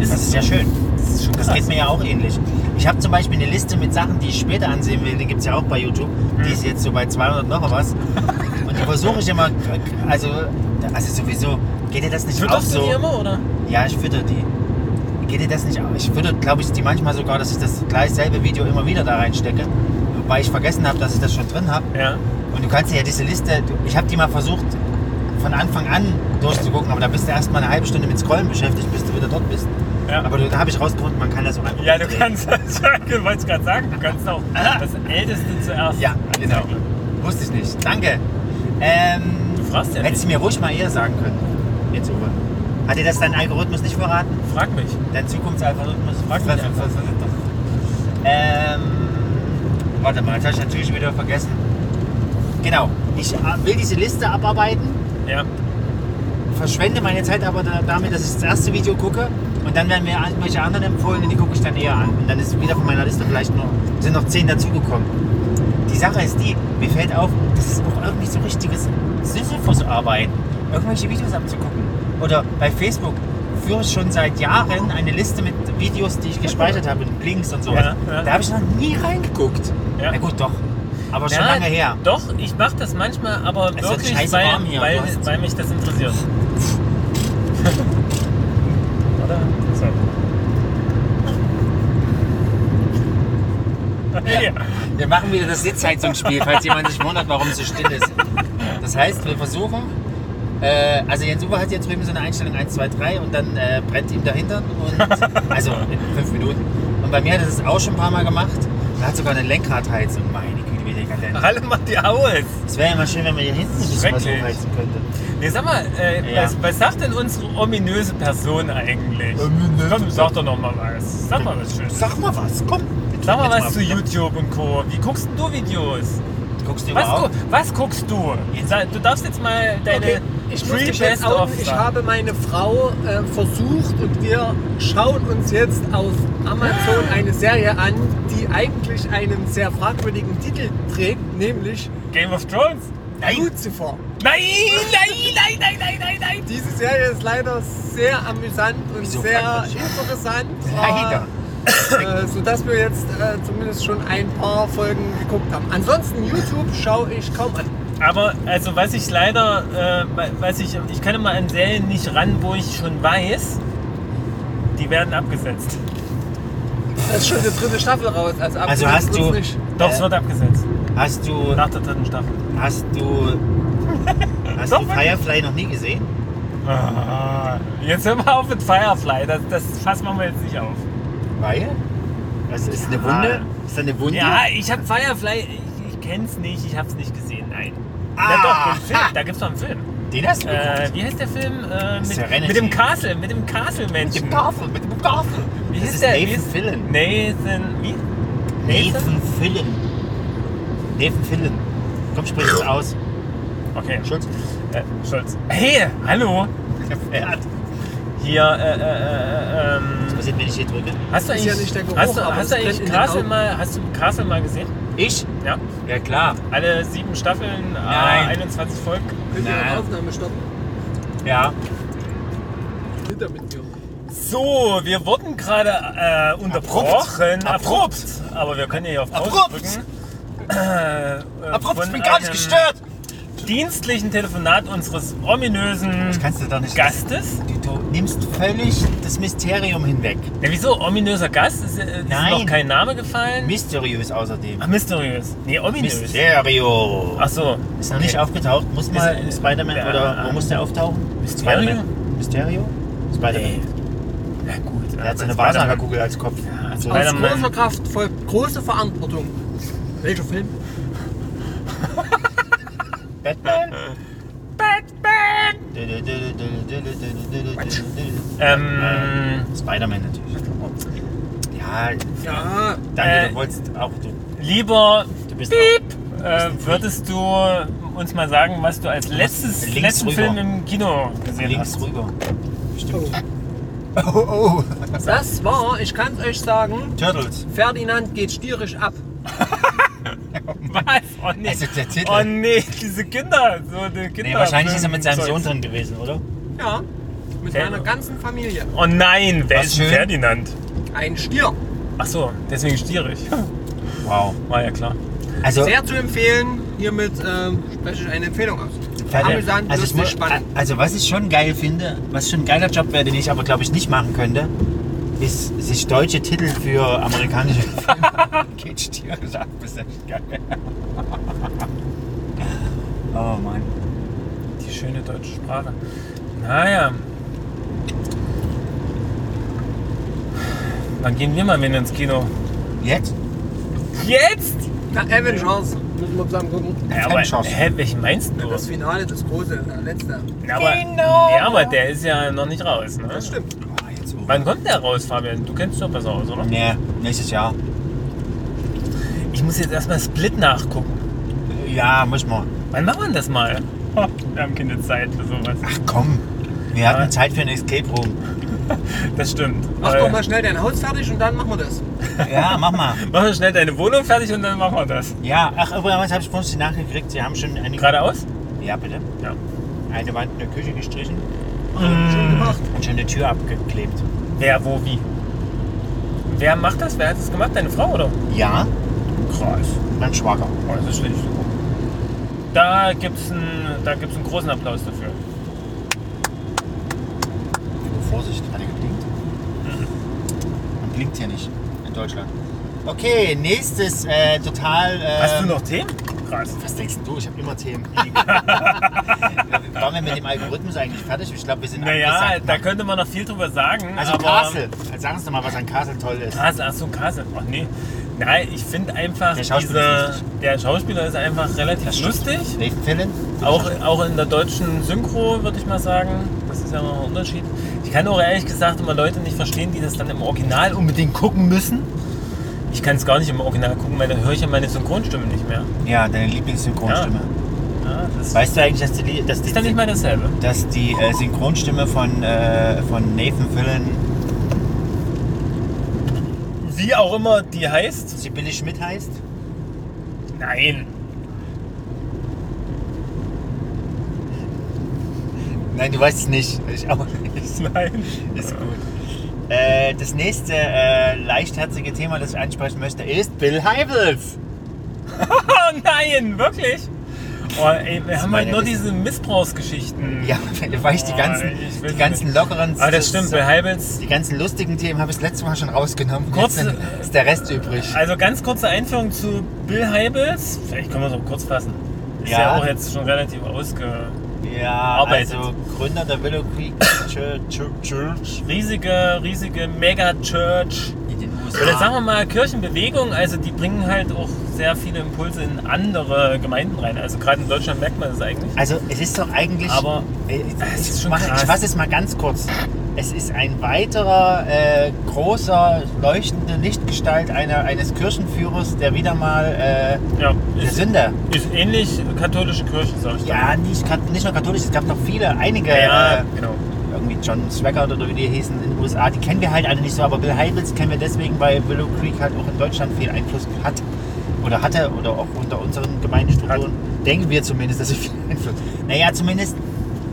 Speaker 4: ist
Speaker 5: Das
Speaker 4: es
Speaker 5: ist ja schön.
Speaker 4: Das ist schon
Speaker 5: Das
Speaker 4: krass.
Speaker 5: geht mir ja auch ähnlich. Ich habe zum Beispiel eine Liste mit Sachen, die ich später ansehen will. Die gibt es ja auch bei YouTube.
Speaker 4: Mhm.
Speaker 5: Die ist jetzt so bei 200 noch was. Und die versuche ich immer, also, also sowieso, geht dir das nicht auch
Speaker 4: Würdest du
Speaker 5: so?
Speaker 4: die immer, oder?
Speaker 5: Ja, ich fütter die. Geht dir das nicht auch? Ich fütter, glaube ich, die manchmal sogar, dass ich das gleich selbe Video immer wieder da reinstecke. Wobei ich vergessen habe, dass ich das schon drin habe.
Speaker 4: Ja.
Speaker 5: Und du kannst dir ja diese Liste, du- ich habe die mal versucht von Anfang an durchzugucken, aber da bist du erst mal eine halbe Stunde mit Scrollen beschäftigt, bis du wieder dort bist.
Speaker 4: Ja.
Speaker 5: Aber du- da habe ich rausgefunden, man kann das auch einfach
Speaker 4: Ja, du
Speaker 5: umdrehen.
Speaker 4: kannst, ich wollte gerade sagen, du kannst auch das Älteste zuerst.
Speaker 5: Ja, genau.
Speaker 4: anzeigen.
Speaker 5: Wusste ich nicht. Danke. Ähm,
Speaker 4: Du fragst ja
Speaker 5: Hättest du mir ruhig mal eher sagen können. Jetzt Uwe. Hat dir das dein Algorithmus nicht verraten?
Speaker 4: Frag mich.
Speaker 5: Dein Zukunftsalgorithmus?
Speaker 4: Frag mich einfach.
Speaker 5: Ähm, warte mal, jetzt habe ich natürlich wieder vergessen. Genau, ich äh, will diese Liste abarbeiten,
Speaker 4: Ja.
Speaker 5: verschwende meine Zeit aber da, damit, dass ich das erste Video gucke und dann werden mir irgendwelche anderen empfohlen und die gucke ich dann eher an. Und dann ist wieder von meiner Liste vielleicht noch, sind noch zehn dazugekommen. Die Sache ist die, mir fällt auf, das ist auch irgendwie so richtiges Sisyphus-Arbeiten, irgendwelche Videos abzugucken. Oder bei Facebook führe ich schon seit Jahren eine Liste mit Videos, die ich gespeichert habe, mit Links und so.
Speaker 4: Ja, ja.
Speaker 5: Da habe ich noch nie reingeguckt.
Speaker 4: Ja.
Speaker 5: Na gut, doch. Aber schon lange her.
Speaker 4: Doch, ich mache das manchmal, aber
Speaker 5: Es wird
Speaker 4: wirklich,
Speaker 5: scheiße
Speaker 4: weil,
Speaker 5: warm hier,
Speaker 4: weil,
Speaker 5: du hast-
Speaker 4: weil mich das
Speaker 5: [LAUGHS]
Speaker 4: interessiert. Oder? So. [LAUGHS] Ja.
Speaker 5: Wir machen wieder das Sitzheizungsspiel, falls jemand sich wundert, warum es so still ist. Das heißt, wir versuchen, äh, also Jens Uwe hat jetzt drüben so eine Einstellung 1, 2, 3 und dann äh, brennt ihm dahinter. Und, also in 5 Minuten. Und bei mir hat er das auch schon ein paar Mal gemacht. Er hat sogar eine Lenkradheizung. Meine Güte, wie dekadent.
Speaker 4: Alle macht die aus.
Speaker 5: Es wäre ja mal schön, wenn man hier hinten ein bisschen was
Speaker 4: Schrecklich.
Speaker 5: hochheizen könnte.
Speaker 4: Nee, sag mal, äh,
Speaker 5: Ja.
Speaker 4: was, was sagt denn unsere ominöse Person eigentlich?
Speaker 5: Ominöse
Speaker 4: Komm, sag doch noch mal was. Sag mal was Schönes.
Speaker 5: Sag mal was, komm.
Speaker 4: Sag mal was
Speaker 5: Jetzt
Speaker 4: zu YouTube und Co. Wie guckst denn du Videos?
Speaker 5: Guckst du
Speaker 4: Was, gu
Speaker 5: überhaupt?
Speaker 4: was guckst du? Sag- Du darfst jetzt mal deine
Speaker 2: Okay, ich muss dich jetzt
Speaker 4: Pre-Best-of
Speaker 2: outen. Ich
Speaker 4: sagen.
Speaker 2: habe meine Frau äh, versucht und wir schauen uns jetzt auf Amazon
Speaker 4: Ah.
Speaker 2: eine Serie an, die eigentlich einen sehr fragwürdigen Titel trägt, nämlich
Speaker 4: Game of Thrones.
Speaker 5: Nein,
Speaker 2: Lucifer.
Speaker 4: Nein, nein, nein, nein, nein, nein, nein.
Speaker 2: Diese Serie ist leider sehr amüsant und
Speaker 5: Wieso
Speaker 2: sehr
Speaker 5: fragwürdig?
Speaker 2: interessant.
Speaker 5: leider.
Speaker 4: Ah.
Speaker 2: Äh, sodass wir jetzt äh, zumindest schon ein paar Folgen geguckt haben. Ansonsten YouTube schaue ich kaum an.
Speaker 4: Aber also was ich leider, äh, was ich, ich kann immer an Serien nicht ran, wo ich schon weiß, die werden abgesetzt.
Speaker 2: Da ist schon die dritte Staffel raus. Also,
Speaker 5: Also
Speaker 2: abgesetzt
Speaker 5: hast
Speaker 2: wird's
Speaker 5: du-
Speaker 2: Nicht.
Speaker 4: Doch,
Speaker 5: Äh.
Speaker 4: es wird abgesetzt.
Speaker 5: Hast du,
Speaker 4: Nach der dritten Staffel.
Speaker 5: hast
Speaker 4: [LAUGHS]
Speaker 5: du, hast
Speaker 4: Doch,
Speaker 5: du Firefly noch nie gesehen?
Speaker 4: Ah, jetzt hör mal auf mit Firefly. Das, das fassen wir mal jetzt nicht auf.
Speaker 5: Weil? Also ist eine
Speaker 4: Ja.
Speaker 5: Wunde? Ist da eine Wunde?
Speaker 4: Ja, ich habe Firefly. Ich, ich kenn's nicht. Ich hab's nicht gesehen. Nein. Ja,
Speaker 5: Ah.
Speaker 4: doch, den Film. Da gibt's noch einen Film.
Speaker 5: Den hast du
Speaker 4: Äh,
Speaker 5: geguckt.
Speaker 4: wie heißt der Film? Äh, mit,
Speaker 5: Serenity.
Speaker 4: mit dem Castle, mit dem
Speaker 5: Mit
Speaker 4: Castle-Menschen.
Speaker 5: dem Tafel, mit dem Tafel.
Speaker 4: Wie
Speaker 5: das
Speaker 4: hieß
Speaker 5: ist
Speaker 4: der? Wie
Speaker 5: Nathan
Speaker 4: hieß-
Speaker 5: Fillen.
Speaker 4: Nathan. Wie?
Speaker 5: Nathan Fillen. Nathan Fillen. Komm, sprich es aus.
Speaker 4: Okay. [LAUGHS]
Speaker 5: Schulz.
Speaker 4: Äh, Scholz. Hey, hallo.
Speaker 5: Der Pferd.
Speaker 4: Hier, äh, äh, äh, ähm.
Speaker 5: Was passiert, wenn ich hier drücke?
Speaker 4: Hast du
Speaker 2: Ist
Speaker 4: eigentlich,
Speaker 2: ja nicht der Geruch,
Speaker 4: hast du,
Speaker 2: aber
Speaker 4: hast
Speaker 2: es
Speaker 4: du
Speaker 2: brennt in
Speaker 4: eigentlich
Speaker 2: den
Speaker 4: Castle
Speaker 2: Augen.
Speaker 4: mal, hast du Castle mal gesehen?
Speaker 5: Ich?
Speaker 4: Ja.
Speaker 5: Ja, klar.
Speaker 4: Alle sieben Staffeln, äh,
Speaker 5: Nein.
Speaker 4: 21 Folgen.
Speaker 2: Könnt ihr
Speaker 5: Nein.
Speaker 2: die Aufnahme stoppen?
Speaker 5: Ja.
Speaker 2: Hinter mit mir.
Speaker 4: So, wir wurden gerade äh, unterbrochen.
Speaker 5: Abrupt.
Speaker 4: Abrupt. Aber wir können ja hier auf Pause
Speaker 5: Abrupt.
Speaker 4: drücken. Äh, äh,
Speaker 5: Abrupt, ich
Speaker 4: von
Speaker 5: bin gar nicht
Speaker 4: einem
Speaker 5: gestört.
Speaker 4: dienstlichen Telefonat unseres ominösen
Speaker 5: Das kannst du doch nicht.
Speaker 4: Gastes.
Speaker 5: Du, du nimmst völlig das Mysterium hinweg.
Speaker 4: Ja, wieso? Ominöser Gast? Ist, äh, ist
Speaker 5: Nein.
Speaker 4: noch kein Name gefallen?
Speaker 5: Mysteriös außerdem.
Speaker 4: Ach, mysteriös. Nee, ominös.
Speaker 5: Mysterio.
Speaker 4: Ach so.
Speaker 5: Ist äh, noch nicht aufgetaucht. Muss mal
Speaker 4: Ist-
Speaker 5: in Spider-Man
Speaker 4: Ja.
Speaker 5: oder wo muss der auftauchen?
Speaker 4: Mysterio?
Speaker 5: Spider-Man. Mysterio? Spider-Man.
Speaker 4: Nee. Ja, gut.
Speaker 5: Er hat seine Wahrsagerkugel als Kopf. Also So.
Speaker 2: Aus
Speaker 4: Spider-Man.
Speaker 2: großer Kraft folgt große Verantwortung. Welcher Film?
Speaker 5: Batman?
Speaker 4: Batman! Ähm,
Speaker 5: Spider-Man natürlich. Ja,
Speaker 2: Ja,
Speaker 5: Daniel,
Speaker 4: Äh,
Speaker 5: du wolltest auch. Du,
Speaker 4: lieber
Speaker 5: du bist auch.
Speaker 4: Piep, äh, würdest du uns mal sagen, was du als letztes,
Speaker 5: links
Speaker 4: letzten
Speaker 5: rüber.
Speaker 4: Film im Kino gesehen [LAUGHS]
Speaker 5: Links
Speaker 4: hast?
Speaker 5: rüber.
Speaker 2: stimmt.
Speaker 5: Oh, oh.
Speaker 2: Das war, ich kann es euch sagen,
Speaker 5: Turtles.
Speaker 2: Ferdinand geht stierisch ab.
Speaker 4: Was? Oh nee.
Speaker 5: Also der Titel.
Speaker 4: Oh nee, diese Kinder. So eine Kinder
Speaker 5: Nee, wahrscheinlich ist er mit seinem
Speaker 4: Zeugs.
Speaker 5: Sohn drin gewesen, oder?
Speaker 2: Ja, mit
Speaker 4: Fer-
Speaker 2: meiner ganzen Familie.
Speaker 4: Oh nein, wer
Speaker 5: Was
Speaker 4: ist
Speaker 5: schön.
Speaker 4: Ferdinand?
Speaker 2: Ein Stier.
Speaker 4: Ach so, deswegen stierig.
Speaker 5: Wow.
Speaker 4: [LAUGHS] War ja klar.
Speaker 5: Also,
Speaker 2: Sehr zu empfehlen. Hiermit ähm, spreche ich eine Empfehlung aus. Amüsant,
Speaker 5: also, ich
Speaker 2: lustig,
Speaker 5: muss,
Speaker 2: spannend.
Speaker 5: also was ich schon geil finde, was schon ein geiler Job wäre, den ich aber glaube ich nicht machen könnte, ist sich deutsche Titel für amerikanische [LAUGHS] Filme geht tierisch ab. Das ist echt geil. [LAUGHS] Oh Mann.
Speaker 4: Die schöne deutsche Sprache. Naja. Wann gehen wir mal wieder ins Kino?
Speaker 5: Jetzt?
Speaker 4: Jetzt?
Speaker 2: Na, Avengers. Müssen wir zusammen gucken.
Speaker 4: Ja, aber,
Speaker 5: Fanshops.
Speaker 4: hä, welchen meinst du?
Speaker 2: Das Finale, das große, der letzte.
Speaker 4: Na, aber, ja, aber der ist ja noch nicht raus. Ne?
Speaker 2: Das stimmt.
Speaker 5: Oh, jetzt oh.
Speaker 4: Wann kommt der raus, Fabian? Du kennst dich doch besser aus, oder?
Speaker 5: Nee, nächstes Jahr.
Speaker 4: Ich muss jetzt erstmal Split nachgucken.
Speaker 5: Ja, muss man.
Speaker 4: Wann machen wir das mal? Wir haben keine Zeit für sowas.
Speaker 5: Ach komm. Wir
Speaker 4: Ja.
Speaker 5: hatten Zeit für ein Escape Room.
Speaker 4: Das stimmt. Äh,
Speaker 2: Mach
Speaker 4: Weil-
Speaker 2: doch mal schnell dein Haus fertig und dann machen wir das.
Speaker 5: Ja, mach mal.
Speaker 4: Mach mal schnell deine Wohnung fertig und dann machen wir das.
Speaker 5: Ja, ach übrigens habe ich vorhin die Nachricht gekriegt, Sie haben schon eine...
Speaker 4: Geradeaus?
Speaker 5: Ja, bitte.
Speaker 4: Ja.
Speaker 5: Eine Wand in der Küche gestrichen Mm.
Speaker 2: Schön gemacht.
Speaker 5: und schon eine Tür abgeklebt.
Speaker 4: Wer, wo, wie? Wer macht das? Wer hat das gemacht? Deine Frau, oder?
Speaker 5: Ja,
Speaker 4: Krass.
Speaker 5: mein Schwager.
Speaker 4: Oh, Das ist schlecht. Da gibt's einen, da gibt's einen großen Applaus dafür.
Speaker 5: Vorsicht, hat er geblinkt?
Speaker 4: Mhm.
Speaker 5: Man blinkt hier nicht in Deutschland. Okay, nächstes äh, total. Äh,
Speaker 4: Hast du noch Themen? Ähm, Krass.
Speaker 5: Was denkst du? Ich habe immer Themen. [LAUGHS] Waren wir mit dem Algorithmus eigentlich fertig? Ich glaube, wir sind
Speaker 4: Naja,
Speaker 5: angesagt.
Speaker 4: da könnte man noch viel drüber sagen.
Speaker 5: Also
Speaker 4: aber Ah.
Speaker 5: Castle. Sagen Sie doch mal, was an Castle toll ist.
Speaker 4: Kassel, ach so, Kassel. Ach nee. Nein, ich finde einfach,
Speaker 5: Der Schauspieler ist
Speaker 4: diese, der Schauspieler ist einfach relativ lustig.
Speaker 5: Dave Fillen?
Speaker 4: Auch, auch in der deutschen Synchro, würde ich mal sagen. Das ist ja noch ein Unterschied. Ich kann auch ehrlich gesagt immer Leute nicht verstehen, die das dann im Original unbedingt gucken müssen. Ich kann es gar nicht im Original gucken, weil dann höre ich ja meine Synchronstimme nicht mehr.
Speaker 5: Ja, deine Lieblingssynchronstimme.
Speaker 4: Ja, das
Speaker 5: Weißt du eigentlich, dass die, dass die,
Speaker 4: ist dann nicht mal dasselbe.
Speaker 5: dass die äh, Synchronstimme von, äh, von Nathan Fillen
Speaker 4: Wie auch immer die heißt.
Speaker 5: Sibylle Schmidt heißt?
Speaker 4: Nein.
Speaker 5: Nein, du weißt es nicht. Ich auch nicht.
Speaker 4: [LAUGHS] Nein.
Speaker 5: Ist gut. Äh, das nächste äh, leichtherzige Thema, das ich ansprechen möchte, ist Bill Heibels.
Speaker 4: Oh nein, wirklich? Oh, ey, wir haben halt
Speaker 5: meine
Speaker 4: nur
Speaker 5: Liste.
Speaker 4: diese Missbrauchsgeschichten.
Speaker 5: Ja, [LAUGHS] weil ich die
Speaker 4: Oh,
Speaker 5: ganzen,
Speaker 4: ich will's
Speaker 5: die ganzen
Speaker 4: nicht.
Speaker 5: lockeren,
Speaker 4: Aber das stimmt, bei Heibels.
Speaker 5: die ganzen lustigen Themen habe ich das letzte Mal schon rausgenommen.
Speaker 4: Kurz- äh,
Speaker 5: Jetzt ist der Rest übrig.
Speaker 4: Also ganz kurze Einführung zu Bill Heibels. Vielleicht können wir es auch kurz fassen. Ist ja,
Speaker 5: Ja.
Speaker 4: auch jetzt schon relativ ausge...
Speaker 5: Ja,
Speaker 4: arbeitet.
Speaker 5: also Gründer der Willow Creek Church, Church- Church
Speaker 4: Riesige, riesige Mega-Church.
Speaker 5: in den
Speaker 4: Oder sagen
Speaker 5: USA.
Speaker 4: wir mal Kirchenbewegung. Also die bringen halt auch sehr viele Impulse in andere Gemeinden rein. Also gerade in Deutschland merkt man das eigentlich.
Speaker 5: Also es ist doch eigentlich...
Speaker 4: Aber
Speaker 5: Äh,
Speaker 4: Es
Speaker 5: Ich,
Speaker 4: ist
Speaker 5: ich,
Speaker 4: schon
Speaker 5: mach,
Speaker 4: krass.
Speaker 5: ich fasse es mal ganz kurz. Es ist ein weiterer äh, großer leuchtende Lichtgestalt einer, eines Kirchenführers, der wieder mal
Speaker 4: Ja,
Speaker 5: äh, der
Speaker 4: ist,
Speaker 5: Sünder.
Speaker 4: ist ähnlich katholische Kirche, sag ich
Speaker 5: Ja, nicht, kat- nicht nur katholisch, es gab noch viele, einige,
Speaker 4: dann. ja,
Speaker 5: äh,
Speaker 4: genau.
Speaker 5: irgendwie John Swaggart oder wie die hießen in den USA, die kennen wir halt alle nicht so, aber Bill Heibels kennen wir deswegen, weil Willow Creek halt auch in Deutschland viel Einfluss hat oder hatte oder auch unter unseren Gemeindestrukturen. Denken wir zumindest, dass sie viel Einfluss Naja, zumindest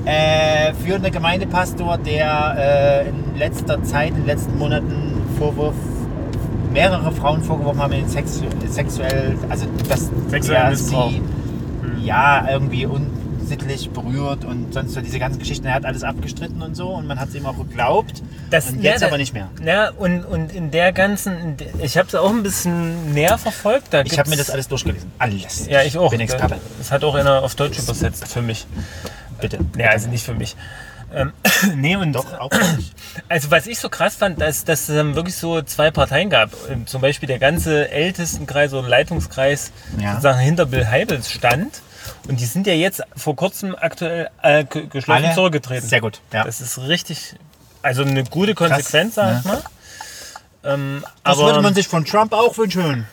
Speaker 5: äh, führender Gemeindepastor, der äh, in letzter Zeit, in den letzten Monaten Vorwurf mehrere Frauen vorgeworfen haben, ihnen sexu sexuell, also dass
Speaker 4: Sexuellen
Speaker 5: der
Speaker 4: Missbrauch.
Speaker 5: sie ja, irgendwie unsittlich berührt und sonst so diese ganzen Geschichten. Er hat alles abgestritten und so und man hat es ihm auch geglaubt.
Speaker 4: Das-
Speaker 5: und
Speaker 4: ja,
Speaker 5: jetzt
Speaker 4: da-
Speaker 5: aber nicht mehr.
Speaker 4: Ja, und, und in der ganzen, in der, ich habe es auch ein bisschen näher verfolgt. Da
Speaker 5: Ich habe mir
Speaker 4: gibt's-
Speaker 5: das alles durchgelesen. Alles.
Speaker 4: Ja, ich auch. ne?
Speaker 5: Bin Experte.
Speaker 4: Das hat auch einer auf Deutsch übersetzt für mich.
Speaker 5: Bitte.
Speaker 4: Ja, also nicht für mich. Ähm, [CLEARS THROAT] nee, und
Speaker 5: Doch, auch nicht.
Speaker 4: also was ich so krass fand, dass, dass es dann wirklich so zwei Parteien gab. Ähm, Zum Beispiel der ganze Ältestenkreis oder Leitungskreis
Speaker 5: Ja.
Speaker 4: sozusagen hinter Bill Heibels stand. Und die sind ja jetzt vor kurzem aktuell äh, ge- geschlossen
Speaker 5: Alle?
Speaker 4: zurückgetreten.
Speaker 5: Sehr gut, ja.
Speaker 4: Das ist richtig, also eine gute Konsequenz,
Speaker 5: Krass, ne?
Speaker 4: sag ich mal. Ähm,
Speaker 5: Das
Speaker 4: aber
Speaker 5: würde man sich von Trump auch wünschen.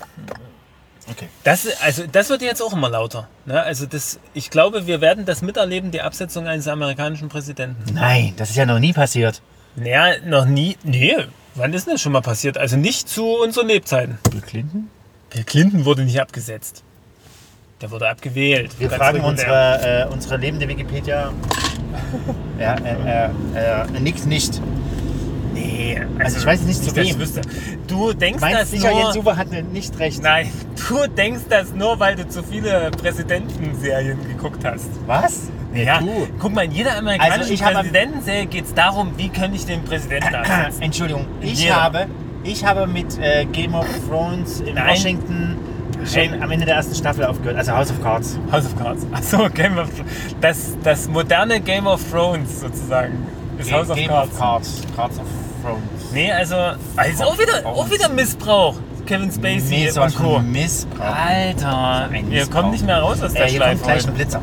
Speaker 5: Okay.
Speaker 4: das, also, das wird jetzt auch immer lauter. Ne? Also das, ich glaube, wir werden das miterleben, die Absetzung eines amerikanischen Präsidenten.
Speaker 5: Nein, das ist ja noch nie passiert.
Speaker 4: Naja, noch nie. Nee, wann ist denn das schon mal passiert? Also nicht zu unseren Lebzeiten.
Speaker 5: Bill Clinton?
Speaker 4: Bill Clinton wurde nicht abgesetzt. Der wurde abgewählt.
Speaker 5: Wir
Speaker 4: Ganz
Speaker 5: fragen
Speaker 4: regulär.
Speaker 5: unsere, äh, unsere
Speaker 4: [LAUGHS]
Speaker 5: lebende Wikipedia. Ja, äh, äh, äh, nickt nicht.
Speaker 4: Nee, also,
Speaker 5: ich weiß nicht, zu
Speaker 4: dass ich
Speaker 5: wem.
Speaker 4: wüsste. Du denkst das
Speaker 5: Meinst sicher,
Speaker 4: nur...
Speaker 5: Jens Uwe hatte nicht recht.
Speaker 4: Nein, du denkst das nur, weil du zu viele Präsidentenserien geguckt hast.
Speaker 5: Was?
Speaker 4: Ja,
Speaker 5: du.
Speaker 4: guck mal, in jeder amerikanischen
Speaker 5: Also ich habe-
Speaker 4: Präsidentenserie geht es darum, wie kann ich den Präsidenten
Speaker 5: [CLEARS THROAT]
Speaker 4: absetzen.
Speaker 5: [COUGHS] Entschuldigung, ich
Speaker 4: Jeder.
Speaker 5: habe, ich habe mit äh, Game of Thrones in
Speaker 4: Nein.
Speaker 5: Washington schon
Speaker 4: Nein.
Speaker 5: am Ende der ersten Staffel aufgehört. Also House of Cards.
Speaker 4: House of Cards. Achso, Game of das, das moderne Game of Thrones sozusagen ist House of
Speaker 5: Game
Speaker 4: Cards.
Speaker 5: of Cards. Cards of Thrones.
Speaker 4: Nee, also, also auch, wieder, auch wieder Missbrauch. Kevin Spacey
Speaker 5: Nee, sowas
Speaker 4: und Co.
Speaker 5: von Missbrauch.
Speaker 4: Alter,
Speaker 5: Ein
Speaker 4: wir
Speaker 5: Missbrauch.
Speaker 4: kommen nicht mehr raus aus der
Speaker 5: Äh, hier kommt
Speaker 4: Schleife.
Speaker 5: gleich
Speaker 4: heute.
Speaker 5: ein Blitzer.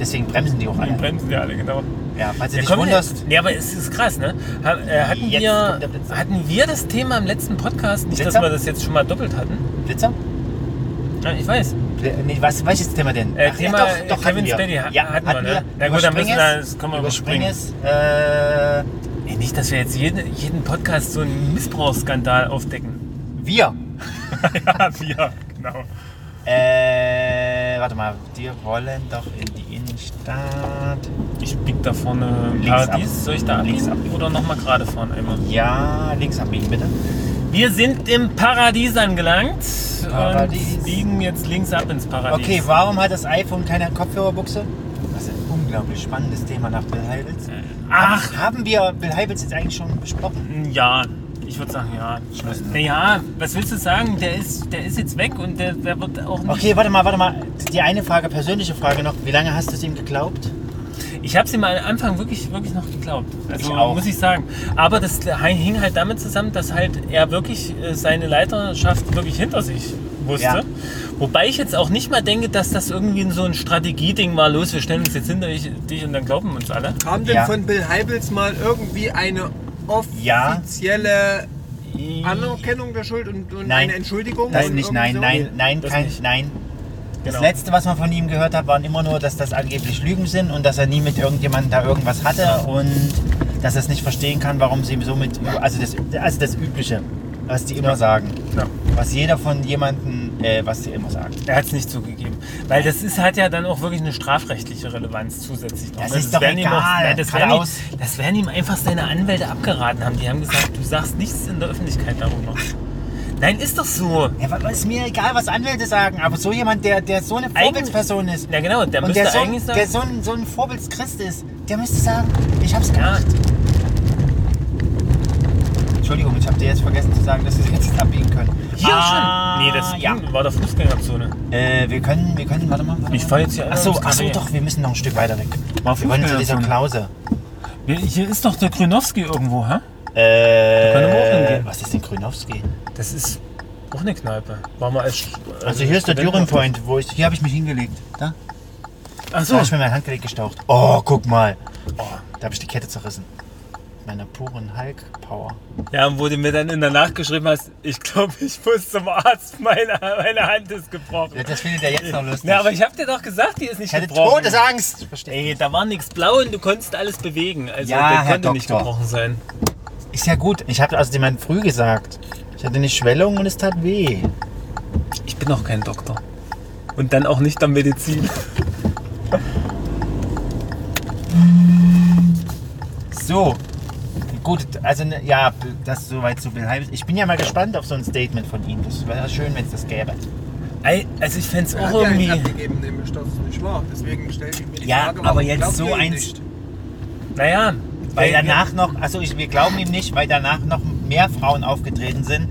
Speaker 5: Deswegen bremsen die auch
Speaker 4: Die
Speaker 5: alle.
Speaker 4: bremsen ja alle, genau.
Speaker 5: Ja, falls du
Speaker 4: Wir
Speaker 5: dich
Speaker 4: kommen-
Speaker 5: wunderst,
Speaker 4: Nee, aber es ist krass, ne? Ha- äh, Hatten
Speaker 5: Jetzt
Speaker 4: wir,
Speaker 5: kommt der Blitzer.
Speaker 4: hatten wir das Thema im letzten Podcast? Nicht, dass
Speaker 5: Blitzer?
Speaker 4: wir das jetzt schon mal doppelt hatten.
Speaker 5: Blitzer?
Speaker 4: Ja, ich weiß.
Speaker 5: Bl- Nee, was, welches Thema denn?
Speaker 4: Äh,
Speaker 5: Ach,
Speaker 4: Thema
Speaker 5: ja, doch, doch,
Speaker 4: Kevin
Speaker 5: hatten wir.
Speaker 4: Spacey ha-
Speaker 5: ja,
Speaker 4: hatten wir, ne? Na gut, dann müssen wir das- können wir
Speaker 5: überspringen.
Speaker 4: überspringen.
Speaker 5: es. Äh,
Speaker 4: Ey, nicht, dass wir jetzt jeden, jeden Podcast so einen Missbrauchsskandal aufdecken. [LAUGHS]
Speaker 5: wir.
Speaker 4: ja, wir, genau.
Speaker 5: Äh, warte mal, wir wollen doch in die Innenstadt.
Speaker 4: Ich bieg da vorne
Speaker 5: Links
Speaker 4: Paradies.
Speaker 5: ab.
Speaker 4: Soll ich da
Speaker 5: Links
Speaker 4: links abbiegen oder nochmal gerade fahren einmal?
Speaker 5: Ja, links abbiegen bitte.
Speaker 4: Wir sind im Paradies angelangt
Speaker 5: Paradies.
Speaker 4: und biegen jetzt links ab ins Paradies.
Speaker 5: Okay, warum hat das iPhone keine Kopfhörerbuchse? Das ist ein unglaublich spannendes Thema nach Bill Heibels.
Speaker 4: Ach,
Speaker 5: Haben wir Bill Heibels jetzt eigentlich schon besprochen?
Speaker 4: ja. Ich würde sagen, ja. Naja, was willst du sagen? Der ist, der ist jetzt weg und der, der wird auch nicht.
Speaker 5: Okay, warte mal, warte mal. Die eine Frage, persönliche Frage noch. Wie lange hast du es ihm geglaubt?
Speaker 4: Ich habe ihm am Anfang wirklich, wirklich noch geglaubt. Also
Speaker 5: Ich auch.
Speaker 4: muss ich sagen. Aber das hing halt damit zusammen, dass halt er wirklich äh, seine Leiterschaft wirklich hinter sich wusste.
Speaker 5: Ja.
Speaker 4: Wobei ich jetzt auch nicht mal denke, dass das irgendwie so ein Strategieding war. Los, wir stellen uns jetzt hinter dich dich und dann glauben uns alle.
Speaker 2: Kam denn
Speaker 5: Ja.
Speaker 2: von Bill Heibels mal irgendwie eine
Speaker 5: Ja.
Speaker 2: offizielle Anerkennung der Schuld und, und
Speaker 5: Nein.
Speaker 2: eine Entschuldigung?
Speaker 5: Das
Speaker 2: und
Speaker 5: nicht, nein,
Speaker 2: irgendwie
Speaker 5: nein, nein,
Speaker 4: das
Speaker 5: kein,
Speaker 4: nicht.
Speaker 5: nein. Das
Speaker 4: Genau.
Speaker 5: letzte, was man von ihm gehört hat, waren immer nur, dass das angeblich Lügen sind und dass er nie mit irgendjemandem da irgendwas hatte und dass er es nicht verstehen kann, warum sie so mit. Also das, also das Übliche, was die immer sagen.
Speaker 4: Ja.
Speaker 5: Was jeder von jemandem, äh, was sie immer sagen.
Speaker 4: Er hat es nicht zugegeben. Weil das ist, hat ja dann auch wirklich eine strafrechtliche Relevanz zusätzlich. noch.
Speaker 5: Das
Speaker 4: Ne?
Speaker 5: ist doch
Speaker 4: werden ihm
Speaker 5: egal.
Speaker 4: nein, das, werden ihm,
Speaker 5: Geradeaus.
Speaker 4: das werden ihm einfach seine Anwälte abgeraten haben. Die haben gesagt, du sagst nichts in der Öffentlichkeit darüber. Nein, ist doch so.
Speaker 5: Ja, wa- ist mir egal, was Anwälte sagen, aber so jemand, der, der so eine
Speaker 4: Eigen-
Speaker 5: Vorbildsperson ist
Speaker 4: Na genau, der
Speaker 5: und
Speaker 4: müsste
Speaker 5: der so,
Speaker 4: eigentlich sagen.
Speaker 5: der so ein, so ein Vorbildschrist ist, der müsste sagen, ich hab's
Speaker 4: ja,
Speaker 5: gemacht. Entschuldigung, ich hab dir jetzt vergessen zu sagen, dass wir jetzt abbiegen können.
Speaker 4: hier
Speaker 5: Ah,
Speaker 4: schon. Nee, das
Speaker 5: ja.
Speaker 4: war der Fußgängerzone.
Speaker 5: Äh, wir können, wir können, warte mal. Warte
Speaker 4: Ich
Speaker 5: mal.
Speaker 4: fahr jetzt hier
Speaker 5: Achso,
Speaker 4: einfach ins
Speaker 5: achso,
Speaker 4: Karree.
Speaker 5: doch, wir müssen noch ein Stück weiter weg. Wir wollen zu dieser
Speaker 4: Fußgängerzone.
Speaker 5: Klause.
Speaker 4: Hier ist doch der Grünowski irgendwo, hä?
Speaker 5: Äh,
Speaker 4: können wir auch hingehen. Also
Speaker 5: was ist denn Grünowski?
Speaker 4: Das ist auch eine Kneipe. War mal als,
Speaker 5: Also hier ist der Dürren Point, wo ich, hier habe ich mich hingelegt. Da, da
Speaker 4: Achso,
Speaker 5: habe ich mir mein Handgelenk gestaucht. Oh, guck mal. Oh, da habe ich die Kette zerrissen. Mit Meiner puren Hulk-Power.
Speaker 4: Ja, und wo du mir dann in der Nacht geschrieben hast, ich glaube, ich muss zum Arzt, meine, meine Hand ist gebrochen.
Speaker 5: Ja, das findet er jetzt noch lustig.
Speaker 4: Na, aber ich hab dir doch gesagt, die ist nicht
Speaker 5: ich hatte
Speaker 4: gebrochen.
Speaker 5: Todesangst. Verstehe.
Speaker 4: Ey, da war nichts blau und du konntest alles bewegen. Also
Speaker 5: Ja,
Speaker 4: der
Speaker 5: Herr
Speaker 4: konnte nicht
Speaker 5: Doktor.
Speaker 4: gebrochen sein.
Speaker 5: Ist ja gut. Ich habe also jemand früh gesagt. Ich hatte eine Schwellung und es tat weh.
Speaker 4: Ich bin auch kein Doktor. Und dann auch nicht der Medizin.
Speaker 5: So. Gut, also ne- ja, das soweit zu Bill Heibels. Ich bin ja mal gespannt auf so ein Statement von ihm. Das wäre schön, wenn es das gäbe.
Speaker 4: Ey, Also ich fänd's
Speaker 2: Er hat
Speaker 4: auch
Speaker 2: ja einen
Speaker 4: irgendwie.
Speaker 2: abgegeben, nämlich dass es nicht war. Deswegen stelle ich mir die
Speaker 5: Ja,
Speaker 2: Frage,
Speaker 5: aber
Speaker 2: warum
Speaker 5: jetzt
Speaker 2: glaubt
Speaker 5: so
Speaker 2: ihr ihm
Speaker 5: eins-
Speaker 2: nicht?
Speaker 4: Naja.
Speaker 5: Weil danach noch, also ich, wir glauben ihm nicht, weil danach noch mehr Frauen aufgetreten sind,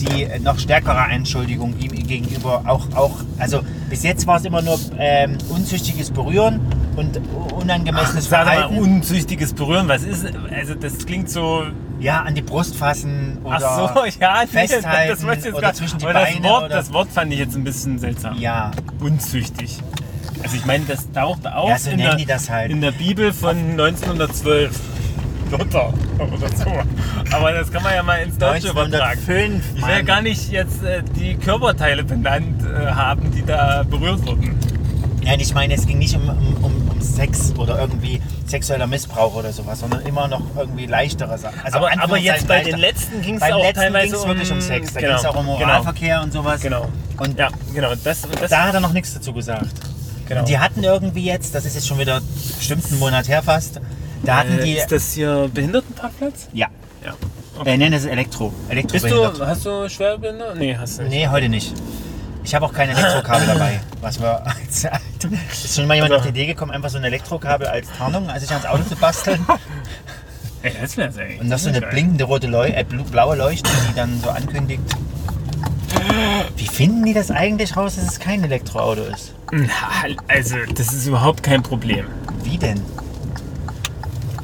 Speaker 5: die äh, noch stärkere Anschuldigungen ihm gegenüber auch, auch also bis jetzt war es immer nur ähm, unzüchtiges Berühren und unangemessenes
Speaker 4: Sag mal,
Speaker 5: Verhalten.
Speaker 4: unzüchtiges Berühren, was ist. Also das klingt so.
Speaker 5: ja, an die Brust fassen oder...
Speaker 4: Ach so, [LAUGHS] ja, nee, das,
Speaker 5: festhalten
Speaker 4: das wollte ich jetzt
Speaker 5: oder
Speaker 4: gar
Speaker 5: zwischen die
Speaker 4: aber das
Speaker 5: Beine
Speaker 4: Wort,
Speaker 5: oder-
Speaker 4: Das Wort fand ich jetzt ein bisschen seltsam.
Speaker 5: Ja,
Speaker 4: unzüchtig. Also ich meine, das taucht auch
Speaker 5: Ja, so
Speaker 4: in,
Speaker 5: nennen
Speaker 4: der,
Speaker 5: die das halt.
Speaker 4: in der Bibel von 1912. Luther oder so. Aber das kann man ja mal ins Deutsche übertragen.
Speaker 5: 1905,
Speaker 4: Ich will ja
Speaker 5: Mann.
Speaker 4: gar nicht jetzt äh, die Körperteile benannt äh, haben, die da berührt wurden.
Speaker 5: Nein, ich meine, es ging nicht um, um, um, um Sex oder irgendwie sexueller Missbrauch oder sowas, sondern immer noch irgendwie leichtere Sachen. Also
Speaker 4: aber, aber
Speaker 5: Anführungszeichen
Speaker 4: jetzt bei den
Speaker 5: leichter.
Speaker 4: letzten ging es
Speaker 5: Beim
Speaker 4: auch
Speaker 5: letzten
Speaker 4: teilweise
Speaker 5: ging es wirklich um Sex. Da
Speaker 4: genau,
Speaker 5: ging es auch um Oralverkehr und sowas.
Speaker 4: Genau. genau.
Speaker 5: Und
Speaker 4: ja, genau. Das, das,
Speaker 5: da hat er noch nichts dazu gesagt.
Speaker 4: genau.
Speaker 5: Die hatten irgendwie jetzt, das ist jetzt schon wieder bestimmt einen Monat her fast, da hatten
Speaker 4: äh,
Speaker 5: die.
Speaker 4: ist das hier Behindertenparkplatz?
Speaker 5: Ja. Äh, nein, das ist Elektro.
Speaker 4: Bist du,
Speaker 5: Elektrobehindert.
Speaker 4: hast du Schwerbehindert? Nee, hast du nicht.
Speaker 5: Nee, heute nicht. Ich habe auch kein
Speaker 4: [COUGHS]
Speaker 5: Elektrokabel dabei. Was wir als, ist schon mal jemand auf die Idee gekommen, einfach so ein Elektrokabel als Tarnung, also sich ans Auto zu basteln.
Speaker 4: Ey, das wär's eigentlich.
Speaker 5: Und noch so eine
Speaker 4: Geil.
Speaker 5: blinkende rote Leu äh, blu- blaue Leuchte, die dann so ankündigt. Wie finden die das eigentlich raus, dass es kein Elektroauto ist?
Speaker 4: Na, also, das ist überhaupt kein Problem.
Speaker 5: Wie denn?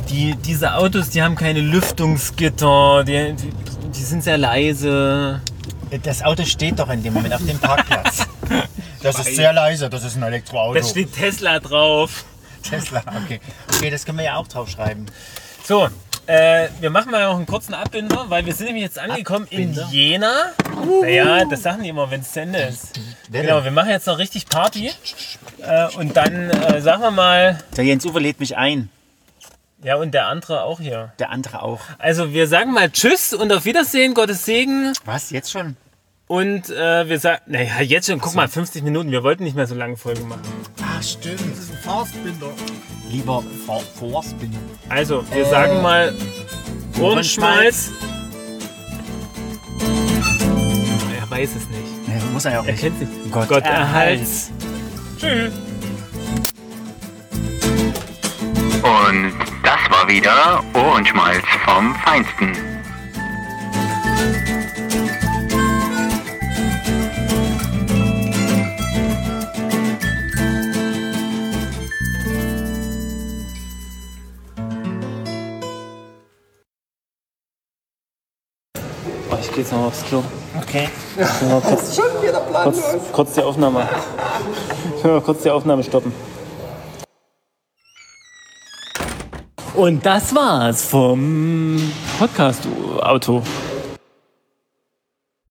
Speaker 4: Die, diese Autos, die haben keine Lüftungsgitter, die, die, die sind sehr leise.
Speaker 5: Das Auto steht doch in dem Moment auf dem Parkplatz. Das
Speaker 4: Weiß.
Speaker 5: ist sehr leise, das ist ein Elektroauto.
Speaker 4: Da steht Tesla drauf.
Speaker 5: Tesla, okay. Okay, das können wir ja auch draufschreiben.
Speaker 4: So, äh, wir machen mal noch einen kurzen Abbinder, weil wir sind nämlich jetzt angekommen
Speaker 5: Abbinder?
Speaker 4: in Jena. Naja, das sagen die immer, wenn es zu Ende ist.
Speaker 5: Wer
Speaker 4: Genau,
Speaker 5: denn?
Speaker 4: wir machen jetzt noch richtig Party. Äh, und dann äh, sagen wir mal,
Speaker 5: Der Jens Uwe lädt mich ein,
Speaker 4: ja, und der andere auch hier.
Speaker 5: der andere auch.
Speaker 4: Also, wir sagen mal Tschüss und auf Wiedersehen, Gottes Segen.
Speaker 5: Was, jetzt schon?
Speaker 4: Und äh, wir sagen, naja, jetzt schon, guck mal, 50 Minuten, wir wollten nicht mehr so lange Folgen machen.
Speaker 5: Ah, stimmt.
Speaker 2: Das ist ein Fahrstbinder.
Speaker 5: Lieber Vor- Vorspinner.
Speaker 4: Also, wir sagen mal Ohrenschmalz. Er weiß es nicht.
Speaker 5: Nee, muss er ja auch
Speaker 4: Er
Speaker 5: nicht.
Speaker 4: kennt sich.
Speaker 5: Gott
Speaker 4: erhalt's. Tschüss.
Speaker 3: Und das war wieder Ohrenschmalz vom Feinsten.
Speaker 4: Oh, ich geh jetzt noch aufs Klo.
Speaker 5: Okay.
Speaker 4: Mal kurz, kurz, kurz die Aufnahme. Ich will mal kurz die Aufnahme stoppen. Und das war's vom Podcast-Auto.